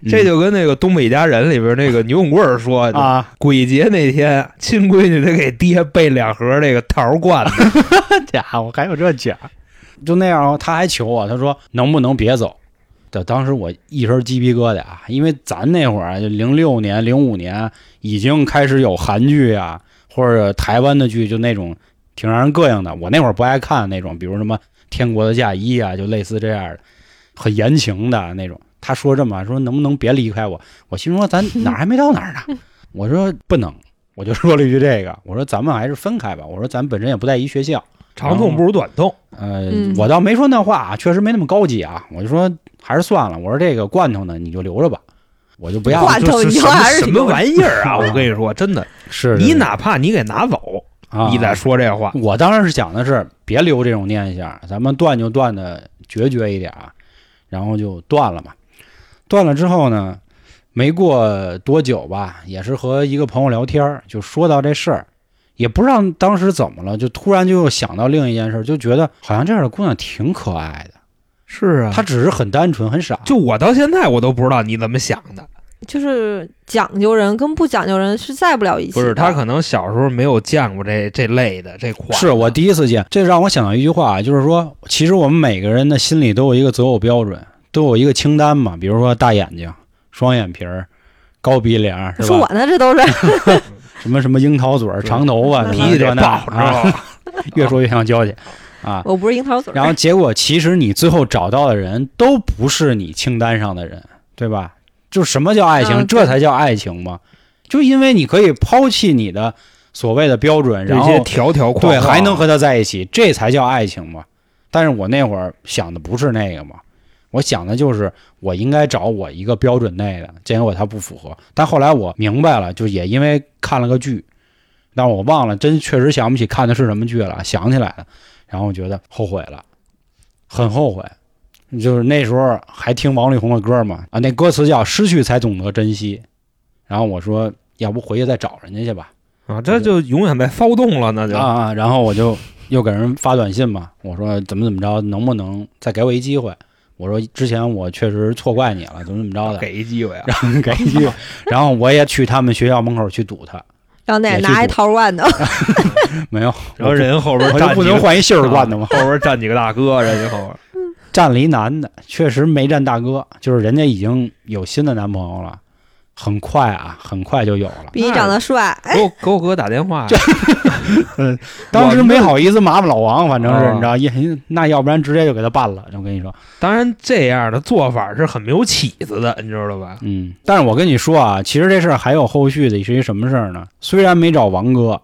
[SPEAKER 2] 嗯
[SPEAKER 3] 这就跟那个《东北一家人》里边那个牛永贵儿说的，
[SPEAKER 2] 啊，
[SPEAKER 3] 鬼节那天，亲闺女得给爹备两盒那个桃罐
[SPEAKER 2] <laughs>
[SPEAKER 3] 子，
[SPEAKER 2] 家伙还有这假，就那样，他还求我，他说能不能别走？对，当时我一身鸡皮疙瘩啊，因为咱那会儿啊就零六年、零五年已经开始有韩剧啊，或者台湾的剧，就那种挺让人膈应的。我那会儿不爱看那种，比如什么《天国的嫁衣》啊，就类似这样的，很言情的那种。他说这么说，能不能别离开我？我心说咱哪儿还没到哪儿呢？我说不能，我就说了一句这个，我说咱们还是分开吧。我说咱本身也不在一学校。
[SPEAKER 3] 长痛不如短痛。
[SPEAKER 2] 呃，
[SPEAKER 4] 嗯
[SPEAKER 2] 我倒没说那话啊，确实没那么高级啊。我就说还是算了，我说这个罐头呢，你就留着吧，我就不要了。
[SPEAKER 4] 罐头
[SPEAKER 3] 这
[SPEAKER 4] 你
[SPEAKER 3] 是
[SPEAKER 4] 说啊还是
[SPEAKER 3] 什么什么
[SPEAKER 4] 有
[SPEAKER 3] 玩意儿啊！
[SPEAKER 2] 啊
[SPEAKER 3] 我跟你说，真的，
[SPEAKER 2] 是
[SPEAKER 3] 你哪怕你给拿走，
[SPEAKER 2] 啊？
[SPEAKER 3] 你再说这话，
[SPEAKER 2] 我当时是想的是，别留这种念想，咱们断就断的决绝一点啊，然后就断了嘛。断了之后呢，没过多久吧，也是和一个朋友聊天儿，就说到这事儿，也不知道当时怎么了，就突然就又想到另一件事儿，就觉得好像这样的姑娘挺可爱的，
[SPEAKER 3] 是啊
[SPEAKER 2] 她只是很单纯，很傻。
[SPEAKER 3] 就我到现在我都不知道你怎么想的，
[SPEAKER 4] 就是讲究人跟不讲究人是在不了一起的。
[SPEAKER 3] 不是他可能小时候没有见过这这类的这款的，
[SPEAKER 2] 是我第一次见，这让我想到一句话，就是说，其实我们每个人的心里都有一个择偶标准，都有一个清单嘛。比如说大眼睛、双眼皮儿、高鼻梁，是
[SPEAKER 4] 说我
[SPEAKER 2] 吧？ <laughs>
[SPEAKER 4] 呢，这都是
[SPEAKER 2] 什么什么樱桃嘴儿、长头发，
[SPEAKER 3] 脾气
[SPEAKER 2] 这
[SPEAKER 3] 得
[SPEAKER 2] 那
[SPEAKER 3] 爆，知
[SPEAKER 2] 啊，
[SPEAKER 3] 道吧？
[SPEAKER 2] 越说越像交
[SPEAKER 3] <laughs>
[SPEAKER 2] 情啊。
[SPEAKER 4] 我不是
[SPEAKER 2] <laughs>
[SPEAKER 4] 樱桃嘴儿，
[SPEAKER 2] 然后结果其实你最后找到的人都不是你清单上的人，对吧？就什么叫爱情？
[SPEAKER 4] 嗯
[SPEAKER 2] 这才叫爱情嘛！就因为你可以抛弃你的所谓的标准，然
[SPEAKER 3] 这
[SPEAKER 2] 后
[SPEAKER 3] 些条条框框
[SPEAKER 2] 对还能和他在一起，这才叫爱情嘛！但是我那会儿想的不是那个嘛，我想的就是我应该找我一个标准内的，结果他不符合。但后来我明白了，就也因为看了个剧，但我忘了，真确实想不起看的是什么剧了，想起来了，然后我觉得后悔了，很后悔。就是那时候还听王力宏的歌嘛，啊，那歌词叫“失去才懂得珍惜”，然后我说，要不回去再找人家去吧。
[SPEAKER 3] 啊，这就永远在骚动了，那就
[SPEAKER 2] 啊啊！然后我就又给人发短信嘛，我说怎么怎么着，能不能再给我一机会？我说之前我确实错怪你了，怎么怎么着的，
[SPEAKER 3] 给一机会啊。
[SPEAKER 2] 给一 <laughs> 机会。然后我也去他们学校门口去堵他，
[SPEAKER 4] 然后那也
[SPEAKER 2] 也是
[SPEAKER 4] 拿一桃儿罐
[SPEAKER 2] <laughs>
[SPEAKER 4] 头，
[SPEAKER 2] 没有，
[SPEAKER 3] 然后人后边
[SPEAKER 2] 我就
[SPEAKER 3] 站
[SPEAKER 2] 不
[SPEAKER 3] 几
[SPEAKER 2] 能
[SPEAKER 3] 个
[SPEAKER 2] 换一杏儿罐头吗？
[SPEAKER 3] <laughs> 后边站几个大哥，人家后边
[SPEAKER 2] 啊站了一男的，确实没站大哥，就是人家已经有新的男朋友了，很快啊，很快就有了。
[SPEAKER 4] 比你长得帅，
[SPEAKER 2] <laughs>
[SPEAKER 3] 给我给我哥打电话呀，
[SPEAKER 2] 当时
[SPEAKER 3] 我
[SPEAKER 2] 没好意思麻烦老王，反正是
[SPEAKER 3] 啊
[SPEAKER 2] 你知道，也那要不然直接就给他办了。我跟你说，
[SPEAKER 3] 当然这样的做法是很没有起子的，你知道吧？
[SPEAKER 2] 嗯，但是我跟你说啊，其实这事儿还有后续的，是一什么事儿呢？虽然没找王哥，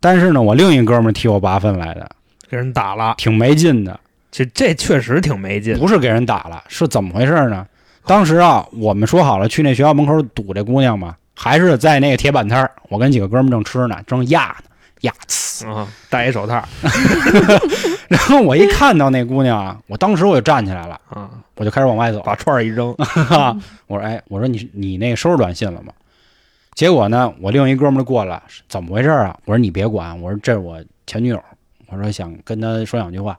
[SPEAKER 2] 但是呢，我另一哥们儿替我拔粪来的，
[SPEAKER 3] 给人打了，
[SPEAKER 2] 挺没劲的。
[SPEAKER 3] 这这确实挺没劲。
[SPEAKER 2] 不是给人打了，是怎么回事呢？当时啊，我们说好了去那学校门口堵这姑娘嘛，还是在那个铁板摊儿，我跟几个哥们儿正吃呢，正压呢，压呲。
[SPEAKER 3] 啊，戴一手套
[SPEAKER 2] 然后 <laughs> 我一看到那姑娘啊，我当时我就站起来了，
[SPEAKER 3] 啊，
[SPEAKER 2] 我就开始往外走。
[SPEAKER 3] 把串儿一扔，
[SPEAKER 2] 哈，我说哎，我说你你那收拾短信了吗？结果呢，我另一哥们儿就过来，怎么回事啊？我说你别管，我说这是我前女友，我说想跟她说两句话。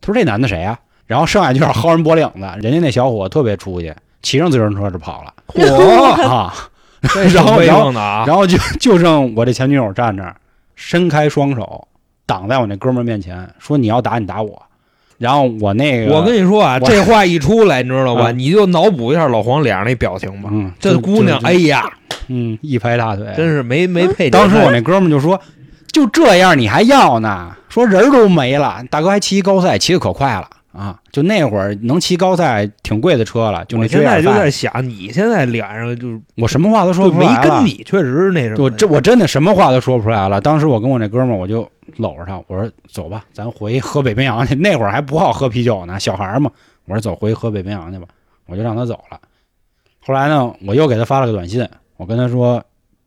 [SPEAKER 2] 他说这男的谁啊？然后剩下就是薅人脖领子，人家那小伙特别出息，骑上自行车就跑了
[SPEAKER 3] 嚯，
[SPEAKER 2] 啊！ <laughs>
[SPEAKER 3] 这是
[SPEAKER 2] 然后
[SPEAKER 3] 威
[SPEAKER 2] 然后
[SPEAKER 3] 风的啊！
[SPEAKER 2] 然后就就剩我这前女友站那儿，伸开双手挡在我那哥们儿面前，说你要打你打我。然后我那个
[SPEAKER 3] 我跟你说啊，
[SPEAKER 2] 我
[SPEAKER 3] 这话一出来，你知道吧？
[SPEAKER 2] 嗯
[SPEAKER 3] 你就脑补一下老黄脸上那表情吧。
[SPEAKER 2] 嗯，
[SPEAKER 3] 这
[SPEAKER 2] 就
[SPEAKER 3] 姑娘，
[SPEAKER 2] 就
[SPEAKER 3] 哎呀，
[SPEAKER 2] 嗯，一拍大腿，
[SPEAKER 3] 真是没没配。
[SPEAKER 2] 当时我那哥们儿就说：“就这样你还要呢？说人儿都没了，大哥还骑高赛，骑得可快了啊！就那会儿能骑高赛挺贵的车了，就
[SPEAKER 3] 我
[SPEAKER 2] 那
[SPEAKER 3] 现在
[SPEAKER 2] GR
[SPEAKER 3] 就在
[SPEAKER 2] 赛，
[SPEAKER 3] 想，你现在脸上就是
[SPEAKER 2] 我什么话都说
[SPEAKER 3] 就
[SPEAKER 2] 不出
[SPEAKER 3] 没
[SPEAKER 2] 来了
[SPEAKER 3] 跟。你确实是那什么。
[SPEAKER 2] 我这我真的什么话都说不出来了。当时我跟我那哥们儿，我就搂着他，我说：“走吧，咱回喝北冰洋去。” <laughs> 那会儿还不好喝啤酒呢，小孩儿嘛。我说：“走，回喝北冰洋去吧。”我就让他走了。后来呢，我又给他发了个短信，我跟他说：“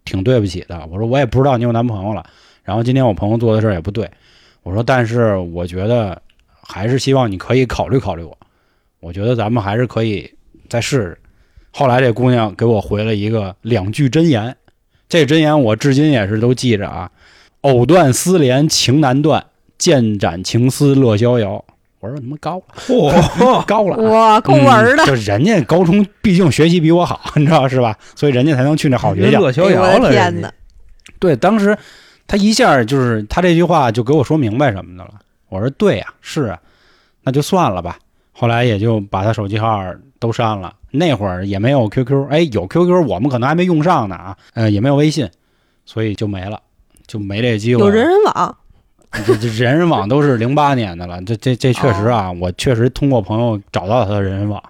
[SPEAKER 2] 挺对不起的，我说我也不知道你有男朋友了。然后今天我朋友做的事儿也不对，我说但是我觉得还是希望你可以考虑考虑我。我觉得咱们还是可以再试试。”后来这姑娘给我回了一个两句真言，这真言我至今也是都记着啊。藕断丝连情难断，剑斩情丝乐逍遥。我说他妈高了，
[SPEAKER 3] 嚯，
[SPEAKER 2] 高了啊，
[SPEAKER 4] 哇，够文儿的
[SPEAKER 2] 嗯。就人家高中毕竟学习比我好，你知道是吧？所以人家才能去那 <laughs> 好学校。
[SPEAKER 3] 乐逍
[SPEAKER 4] 哎
[SPEAKER 3] 遥
[SPEAKER 4] 我
[SPEAKER 3] 了，
[SPEAKER 4] 的天
[SPEAKER 3] 人
[SPEAKER 4] 哪
[SPEAKER 3] 家！
[SPEAKER 2] 对，当时他一下就是他这句话就给我说明白什么的了。我说对呀、是啊，那就算了吧。后来也就把他手机号都删了。那会儿也没有 QQ，哎，有 QQ 我们可能还没用上呢啊，呃，也没有微信，所以就没了，就没这机会。
[SPEAKER 4] 有人人网，
[SPEAKER 2] 这这人人网都是零八年的了，这这这确实
[SPEAKER 4] 哦
[SPEAKER 2] 啊，我确实通过朋友找到他的人人网，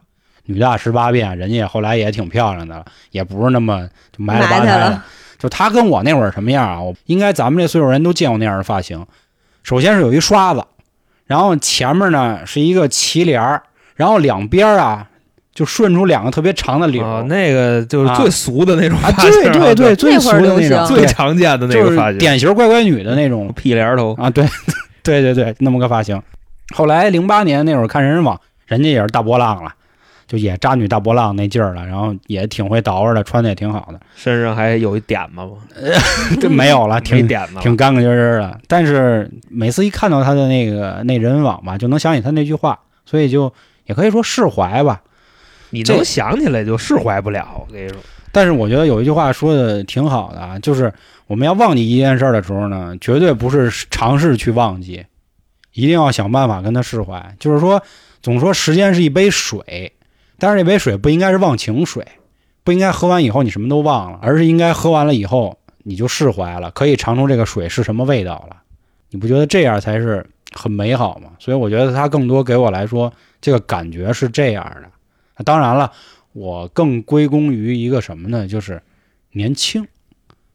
[SPEAKER 2] 女大十八变，人家后来也挺漂亮的了，也不是那么就埋了吧唧
[SPEAKER 4] 埋汰
[SPEAKER 2] 的
[SPEAKER 4] 了。
[SPEAKER 2] 就他跟我那会儿什么样啊？我应该咱们这岁数人都见过那样的发型。首先是有一刷子，然后前面呢是一个齐帘儿，然后两边儿啊就顺出两个特别长的绺儿
[SPEAKER 3] 啊，那个就是最俗的那种
[SPEAKER 2] 啊，
[SPEAKER 3] 发型
[SPEAKER 2] 对对对，，最
[SPEAKER 4] 那
[SPEAKER 2] 俗
[SPEAKER 4] 会儿
[SPEAKER 2] 的
[SPEAKER 4] 流
[SPEAKER 2] 那种，
[SPEAKER 4] 行
[SPEAKER 3] 最
[SPEAKER 2] 对
[SPEAKER 3] 常见的那
[SPEAKER 2] 就
[SPEAKER 3] 个发
[SPEAKER 2] 是
[SPEAKER 3] 型，
[SPEAKER 2] 典型乖乖女的那种。
[SPEAKER 3] 屁帘头。
[SPEAKER 2] 啊，对，对对对，那么个发型。后来零八年那会儿看人人网，人家也是大波浪了，就也渣女大波浪那劲儿了，然后也挺会捯饬的，穿的也挺好的，
[SPEAKER 3] 身上还有一点子吗？
[SPEAKER 2] 这没有了，
[SPEAKER 3] 没
[SPEAKER 2] 啊挺
[SPEAKER 3] 点子了，
[SPEAKER 2] 挺干干净净的。但是每次一看到他的那个那人人网吧，就能想起他那句话，所以就也可以说释怀吧。
[SPEAKER 3] 你
[SPEAKER 2] 这
[SPEAKER 3] 能想起来就释怀不了。我跟你说，
[SPEAKER 2] 但是我觉得有一句话说的挺好的啊，就是我们要忘记一件事儿的时候呢，绝对不是尝试去忘记，一定要想办法跟它释怀。就是说，总说时间是一杯水，但是这杯水不应该是忘情水，不应该喝完以后你什么都忘了，而是应该喝完了以后你就释怀了，可以尝出这个水是什么味道了。你不觉得这样才是很美好吗？所以我觉得它更多给我来说，这个感觉是这样的。那当然了，我更归功于一个什么呢？就是年轻。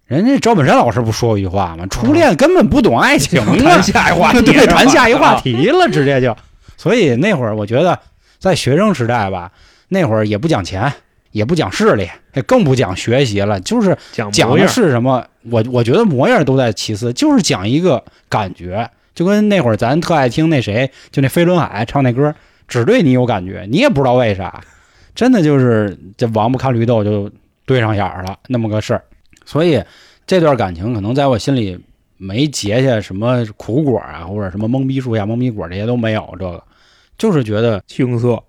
[SPEAKER 2] 人家赵本山老师不说一句话吗？初恋根本不懂爱情啊！
[SPEAKER 3] 谈下一话题，
[SPEAKER 2] <laughs>
[SPEAKER 3] 啊
[SPEAKER 2] 对，谈下一话。题了，直接就。所以那会儿我觉得，在学生时代吧，那会儿也不讲钱，也不讲势力，也更不讲学习了，就是
[SPEAKER 3] 讲
[SPEAKER 2] 讲
[SPEAKER 3] 模
[SPEAKER 2] 的
[SPEAKER 3] 样
[SPEAKER 2] 是什么？我我觉得模样都在其次，就是讲一个感觉，就跟那会儿咱特爱听那谁，就那飞轮海唱那歌，只对你有感觉，你也不知道为啥，真的就是这王八看绿豆就对上眼儿了那么个事儿。所以这段感情可能在我心里没结下什么苦果啊，或者什么懵逼树下懵逼果这些都没有，这个就是觉得
[SPEAKER 3] 青涩，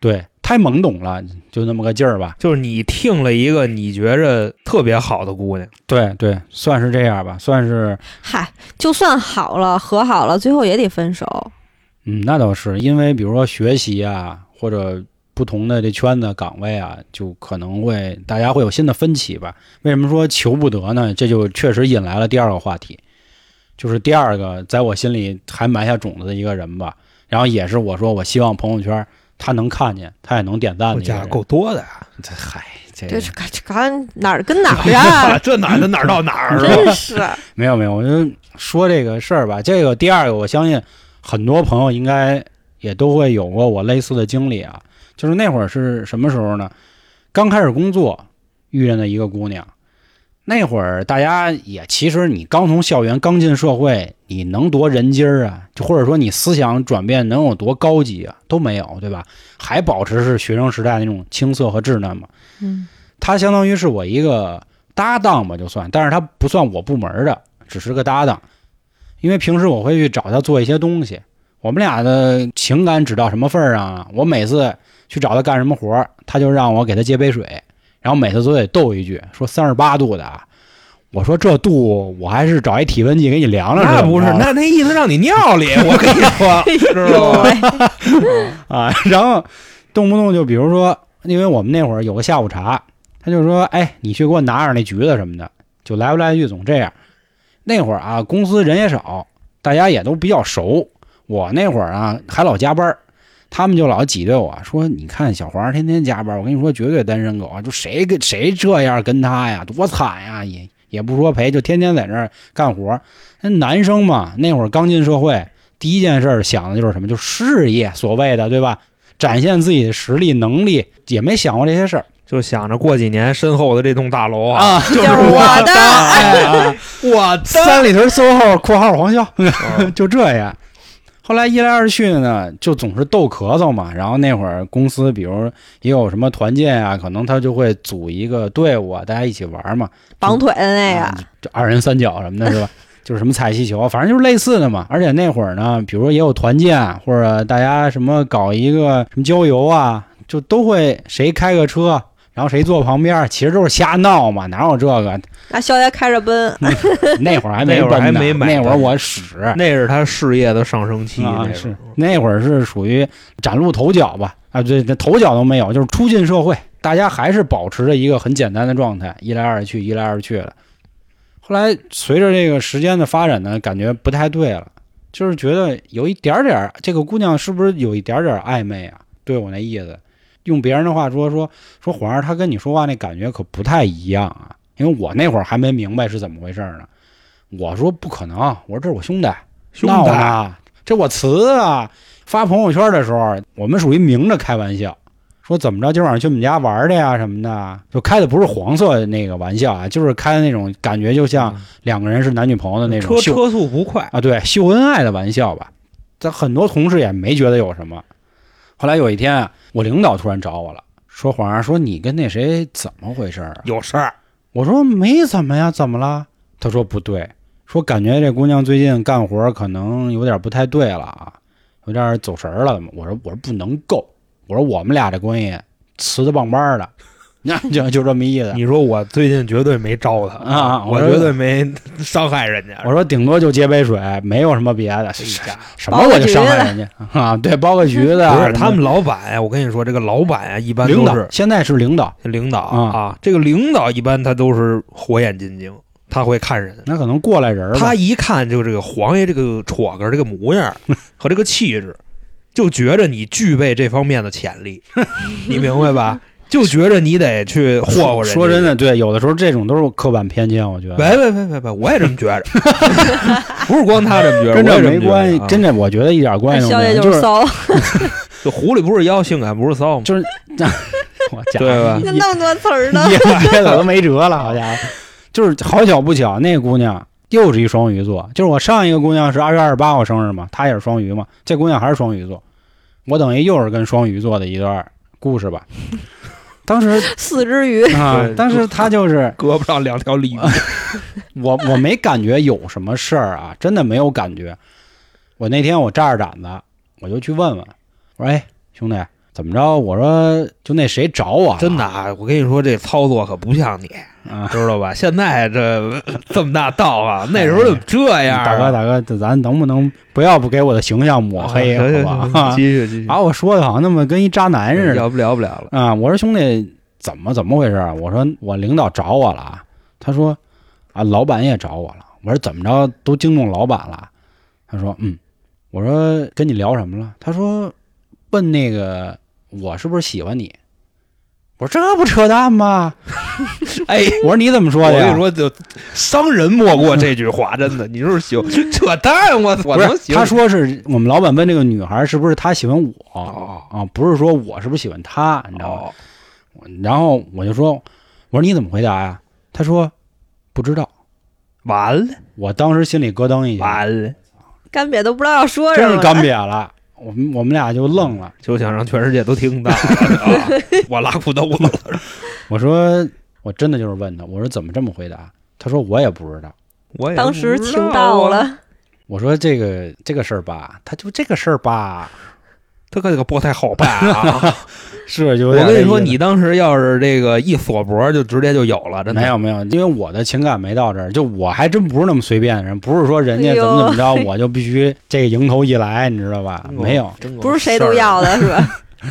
[SPEAKER 2] 对太懵懂了，就那么个劲儿吧。
[SPEAKER 3] 就是你听了一个你觉着特别好的姑娘，
[SPEAKER 2] 对对，算是这样吧，算是
[SPEAKER 4] 嗨，就算好了和好了，最后也得分手。
[SPEAKER 2] 嗯，那倒是，因为比如说学习啊，或者不同的这圈子岗位啊，就可能会大家会有新的分歧吧。为什么说求不得呢？这就确实引来了第二个话题，就是第二个在我心里还埋下种子的一个人吧。然后也是我说，我希望朋友圈他能看见，他也能点赞
[SPEAKER 3] 我
[SPEAKER 2] 的一个
[SPEAKER 3] 家
[SPEAKER 2] 人。
[SPEAKER 3] 够多的啊！？
[SPEAKER 2] 这嗨，这
[SPEAKER 4] 这这这看哪儿跟
[SPEAKER 2] <laughs> 哎
[SPEAKER 4] 哪儿呀
[SPEAKER 3] 啊 <laughs> 这哪的哪儿到哪儿啊？
[SPEAKER 4] 真是，
[SPEAKER 2] 没有没有，我就说这个事儿吧。这个第二个，我相信很多朋友应该也都会有过我类似的经历啊。就是那会儿是什么时候呢？刚开始工作，遇见的一个姑娘。那会儿大家也其实你刚从校园刚进社会，你能多人精儿啊？就或者说你思想转变能有多高级啊？都没有，对吧？还保持是学生时代那种青涩和稚嫩嘛。
[SPEAKER 4] <laughs> 嗯，
[SPEAKER 2] 他相当于是我一个搭档吧，就算，但是他不算我部门的，只是个搭档。因为平时我会去找他做一些东西，我们俩的情感只到什么份儿上啊？我每次去找他干什么活儿，他就让我给他接杯水，然后每次都得逗一句，说三十八度的啊。我说这度我还是找一体温计给你量量去吧。
[SPEAKER 3] 那不是，那那意思让你尿里，我跟你
[SPEAKER 2] <laughs>
[SPEAKER 3] 说，知道
[SPEAKER 4] 有
[SPEAKER 3] 吗？
[SPEAKER 4] 哎
[SPEAKER 2] 啊，然后动不动就比如说，因为我们那会儿有个下午茶，他就说：“哎，你去给我拿点那橘子什么的。”就来不来去总这样。那会儿啊，公司人也少，大家也都比较熟。我那会儿啊，还老加班儿，他们就老挤兑我说：“你看小黄天天加班儿，我跟你说绝对单身狗啊！就谁跟谁这样跟他呀，多惨呀！也也不说赔，就天天在那儿干活儿。那男生嘛，那会儿刚进社会，第一件事儿想的就是什么，就是事业，所谓的对吧？展现自己的实力能力，也没想过这些事儿
[SPEAKER 3] 就想着过几年身后的这栋大楼啊，
[SPEAKER 2] 啊。
[SPEAKER 4] 就是我的。
[SPEAKER 2] 哎呀，
[SPEAKER 3] 我
[SPEAKER 2] 三里屯 SOHO（ 括号黄潇）
[SPEAKER 3] 啊
[SPEAKER 2] 就这样。后来一来二去呢，就总是逗咳嗽嘛。然后那会儿公司，比如也有什么团建啊，可能他就会组一个队伍啊，大家一起玩嘛。
[SPEAKER 4] 绑腿的
[SPEAKER 3] 哎
[SPEAKER 4] 那
[SPEAKER 2] 啊
[SPEAKER 4] 个，
[SPEAKER 2] 就二人三角什么的，
[SPEAKER 3] <laughs>
[SPEAKER 2] 是吧？就是什么踩气球，反正就是类似的嘛。而且那会儿呢，比如说也有团建，或者大家什么搞一个什么郊游啊，就都会谁开个车，然后谁坐旁边，其实都是瞎闹嘛，哪有这
[SPEAKER 3] <laughs>
[SPEAKER 2] 个？
[SPEAKER 4] 那肖爷开着奔，
[SPEAKER 2] 那会儿还没
[SPEAKER 3] 那会儿
[SPEAKER 2] 奔
[SPEAKER 3] 还
[SPEAKER 2] 呢
[SPEAKER 3] 没买
[SPEAKER 2] 那会儿
[SPEAKER 3] 奔
[SPEAKER 2] 我使，
[SPEAKER 3] 那是他事业的上升期，
[SPEAKER 2] 啊
[SPEAKER 3] 那，
[SPEAKER 2] 是那会儿是属于崭露头角吧？啊，对，这头角都没有，就是初进社会，大家还是保持着一个很简单的状态，一来二去，一来二去的。后来随着这个时间的发展呢，感觉不太对了，就是觉得有一点点儿，这个姑娘是不是有一点点儿暧昧啊？对我那意思，用别人的话说说说，皇儿她跟你说话那感觉可不太一样啊，因为我那会儿还没明白是怎么回事儿呢。我说不可能，我说这是我兄弟，
[SPEAKER 3] 兄
[SPEAKER 2] 闹
[SPEAKER 3] 弟
[SPEAKER 2] 呢，这我辞啊！发朋友圈的时候，我们属于明着开玩笑，说怎么着今晚上去我们家玩去呀什么的，就开的不是黄色的那个玩笑啊，就是开的那种感觉，就像两个人是男女朋友的那种
[SPEAKER 3] 嗯车
[SPEAKER 2] 秀
[SPEAKER 3] 车速不快，
[SPEAKER 2] 啊，对，秀恩爱的玩笑吧。但很多同事也没觉得有什么。后来有一天啊，我领导突然找我了，说黄儿，说你跟那谁怎么回事儿啊？
[SPEAKER 3] 有事儿
[SPEAKER 2] 我说没怎么呀，怎么了？他说不对，说感觉这姑娘最近干活可能有点不太对了啊，有点走神儿了。我说我说不能够，我说我们俩这关系瓷的棒棒的， <laughs> 那就就这么意思。
[SPEAKER 3] 你说我最近绝对没招他
[SPEAKER 2] 啊
[SPEAKER 3] 我
[SPEAKER 2] 我说
[SPEAKER 3] 绝对没 <laughs> 伤害人家。
[SPEAKER 2] 我说顶多就接杯水，没有什么别的，
[SPEAKER 3] 哎呀
[SPEAKER 2] 什么我就伤害人家 <laughs> 啊？对，包个橘子啊，
[SPEAKER 3] 不是
[SPEAKER 2] 什么的
[SPEAKER 3] 他们老板呀，我跟你说，这个老板呀，一般
[SPEAKER 2] 领
[SPEAKER 3] 都
[SPEAKER 2] 导
[SPEAKER 3] 是
[SPEAKER 2] 现在是领导，
[SPEAKER 3] 领导
[SPEAKER 2] 啊
[SPEAKER 3] 啊，这个领导一般他都是火眼金睛，他会看人。
[SPEAKER 2] 那可能过来人儿吧
[SPEAKER 3] 他一看就这个黄爷这个戳个这个模样儿和这个气质，就觉着你具备这方面的潜
[SPEAKER 2] <laughs>
[SPEAKER 3] 力，你明白吧？就觉着你得去霍霍人家。
[SPEAKER 2] 说真的，对，有的时候这种都是刻板偏见，我觉得
[SPEAKER 3] 喂，喂喂喂喂，我也这么觉着，
[SPEAKER 2] <laughs>
[SPEAKER 3] 不是光他这么觉着，
[SPEAKER 2] 跟
[SPEAKER 3] 我
[SPEAKER 2] 这
[SPEAKER 3] 也这
[SPEAKER 2] 没
[SPEAKER 3] 么觉
[SPEAKER 2] 关系，
[SPEAKER 3] 着啊
[SPEAKER 2] 真的，我觉得一点关系都
[SPEAKER 4] 宵
[SPEAKER 2] 没
[SPEAKER 4] 爷
[SPEAKER 2] 有，
[SPEAKER 4] 哎就是
[SPEAKER 2] 是
[SPEAKER 4] 骚，
[SPEAKER 3] 就狐狸不是妖，性感不是骚嘛。
[SPEAKER 2] 就是 <laughs> 我假
[SPEAKER 3] 对吧
[SPEAKER 4] <laughs>
[SPEAKER 2] 一
[SPEAKER 4] 那么多词
[SPEAKER 2] <laughs>
[SPEAKER 4] 儿呢。
[SPEAKER 2] 一歪了都没辙了，好家伙！就是好巧不巧，那个姑娘又是一双鱼座，就是我上一个姑娘是二月二十八号生日嘛，她也是双鱼嘛，这姑娘还是双鱼座，我等于又是跟双鱼座的一段故事吧。当时
[SPEAKER 4] 四只鱼，
[SPEAKER 2] 啊
[SPEAKER 3] 对，
[SPEAKER 2] 当时她就是
[SPEAKER 3] <laughs> 胳膊上两条鲤鱼，
[SPEAKER 2] 啊我我没感觉有什么事儿啊，真的没有感觉。我那天我扎着胆子，我就去问问，我说：“哎，兄弟，怎么着？”我说：“就那谁找我了
[SPEAKER 3] 真的啊！我跟你说，这操作可不像你，
[SPEAKER 2] 啊，
[SPEAKER 3] 知道吧？现在这这么大道啊，那时候怎么这样啊？
[SPEAKER 2] 大哥大哥，这咱能不能不要不给我的形象抹黑，
[SPEAKER 3] 啊行
[SPEAKER 2] <laughs>
[SPEAKER 3] 行
[SPEAKER 2] 好
[SPEAKER 3] 行
[SPEAKER 2] 吧啊
[SPEAKER 3] 继？续继续
[SPEAKER 2] 把我说的好像那么跟一渣男似的
[SPEAKER 3] 聊不聊不了了。
[SPEAKER 2] 啊！我说兄弟，怎么怎么回事啊？我说我领导找我了啊，他说啊，老板也找我了。我说怎么着都惊动老板了？他说嗯。我说跟你聊什么了？他说问那个我是不是喜欢你？我说这不扯淡吗？
[SPEAKER 3] 哎，
[SPEAKER 2] 我说你怎么说
[SPEAKER 3] 我
[SPEAKER 2] 的
[SPEAKER 3] 跟
[SPEAKER 2] 呀
[SPEAKER 3] 你？说，就伤人莫过这句话，真的。你就是喜欢扯淡，我
[SPEAKER 2] 不
[SPEAKER 3] 我能
[SPEAKER 2] 是，
[SPEAKER 3] 行？
[SPEAKER 2] 他说是我们老板问这个女孩是不是她喜欢我啊，不是说我是不是喜欢她，你知道吗？
[SPEAKER 3] 哦，
[SPEAKER 2] 然后我就说，我说你怎么回答呀？他说不知道。
[SPEAKER 3] 完了
[SPEAKER 2] 我当时心里咯噔一下，
[SPEAKER 3] 完了，
[SPEAKER 4] 干瘪都不知道要说什
[SPEAKER 2] 真
[SPEAKER 4] 么
[SPEAKER 2] 是
[SPEAKER 4] 了。
[SPEAKER 2] 干瘪了。我们我们俩就愣了。
[SPEAKER 3] 就想让全世界都听到啊我拉裤兜子了，
[SPEAKER 2] 我说我真的就是问他，我说怎么这么回答？他说 <laughs> 我也不知道。
[SPEAKER 3] 我也
[SPEAKER 4] 当时
[SPEAKER 3] 不知
[SPEAKER 4] 情
[SPEAKER 3] 道
[SPEAKER 4] 到
[SPEAKER 3] 啊，
[SPEAKER 4] 了，
[SPEAKER 2] 我说这个这个事儿吧，他就这个事儿吧，
[SPEAKER 3] 他可这个不太好办啊。
[SPEAKER 2] 是就 <laughs>
[SPEAKER 3] 我
[SPEAKER 2] 有点
[SPEAKER 3] 跟你说，
[SPEAKER 2] 这意
[SPEAKER 3] 你当时要是这个一锁脖，就直接就有了，
[SPEAKER 2] 思
[SPEAKER 3] 真的
[SPEAKER 2] 没有没有，因为我的情感没到这儿，就我还真不是那么随便的人，不是说人家怎么怎么着，我就必须这个迎头一来，你知道吧？
[SPEAKER 3] 真够
[SPEAKER 2] 没有，
[SPEAKER 3] 真够
[SPEAKER 4] 不是谁
[SPEAKER 2] 啊
[SPEAKER 4] 都要的
[SPEAKER 2] <laughs>
[SPEAKER 4] 是吧？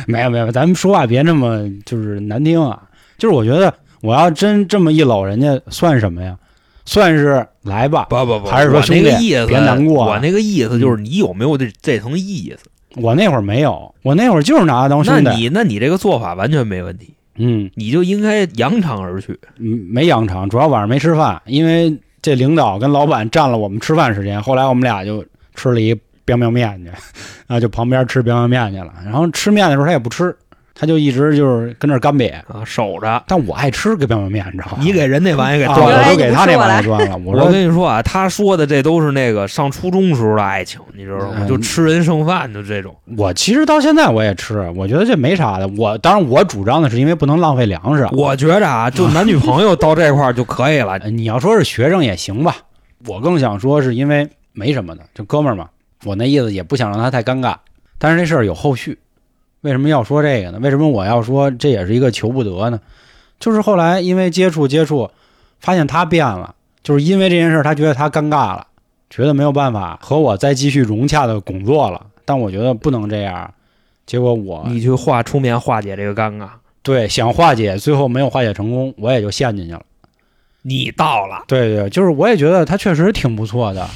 [SPEAKER 2] 没有没有，咱们说话别那么就是难听啊。就是我觉得我要真这么一搂人家，算什么呀？算是来吧。
[SPEAKER 3] 事儿。不不不，
[SPEAKER 2] 还是说
[SPEAKER 3] 我那个
[SPEAKER 2] 兄弟
[SPEAKER 3] 意思，
[SPEAKER 2] 别难过啊
[SPEAKER 3] 我那个意思就是你有没有这这层意思？
[SPEAKER 2] 我那会儿没有，我那会儿就是拿他当
[SPEAKER 3] 那
[SPEAKER 2] 哦兄弟。
[SPEAKER 3] 你那你这个做法完全没问题，
[SPEAKER 2] 嗯，
[SPEAKER 3] 你就应该扬长而去。
[SPEAKER 2] 嗯没养成，主要晚上没吃饭，因为这领导跟老板占了我们吃饭时间。后来我们俩就吃了一 biang biang 面去， <laughs> 啊，就旁边吃 biang biang 面去了。然后吃面的时候他也不吃，他就一直就是跟那儿干瘪。
[SPEAKER 3] 啊，守着。
[SPEAKER 2] 但我爱吃个 biang biang 面，你知道吗？
[SPEAKER 3] 你给人那玩意给
[SPEAKER 2] 啊，
[SPEAKER 3] 端了。
[SPEAKER 2] 我
[SPEAKER 4] 哎
[SPEAKER 2] 就
[SPEAKER 4] 你
[SPEAKER 2] 给
[SPEAKER 4] 不
[SPEAKER 2] 他
[SPEAKER 4] 吃
[SPEAKER 2] 那
[SPEAKER 4] 我
[SPEAKER 2] 碗
[SPEAKER 4] 来
[SPEAKER 2] 给端了。我
[SPEAKER 3] 哦我
[SPEAKER 2] 说
[SPEAKER 3] 跟你说啊，他说的这都是那个上初中时候的爱情，你知道吗？
[SPEAKER 2] 嗯
[SPEAKER 3] 就吃人剩饭，就这种。
[SPEAKER 2] 我其实到现在我也吃，我觉得这没啥的。我当然我主张的是因为不能浪费粮食啊。
[SPEAKER 3] 我觉着啊，就男女朋友到这块儿就可以 <laughs> 了。
[SPEAKER 2] 呃你要说是学生也行吧，我更想说是因为没什么的，就哥们儿嘛。我那意思也不想让他太尴尬，但是这事儿有后续。为什么要说这个呢？为什么我要说这也是一个求不得呢？就是后来因为接触接触，发现他变了，就是因为这件事儿，他觉得他尴尬了，觉得没有办法和我再继续融洽的工作了。但我觉得不能这样，结果我
[SPEAKER 3] 你去化出面化解这个尴尬，
[SPEAKER 2] 对想化解，最后没有化解成功，我也就陷进去了。
[SPEAKER 3] 你到了，
[SPEAKER 2] 对对，就是我也觉得他确实挺不错的，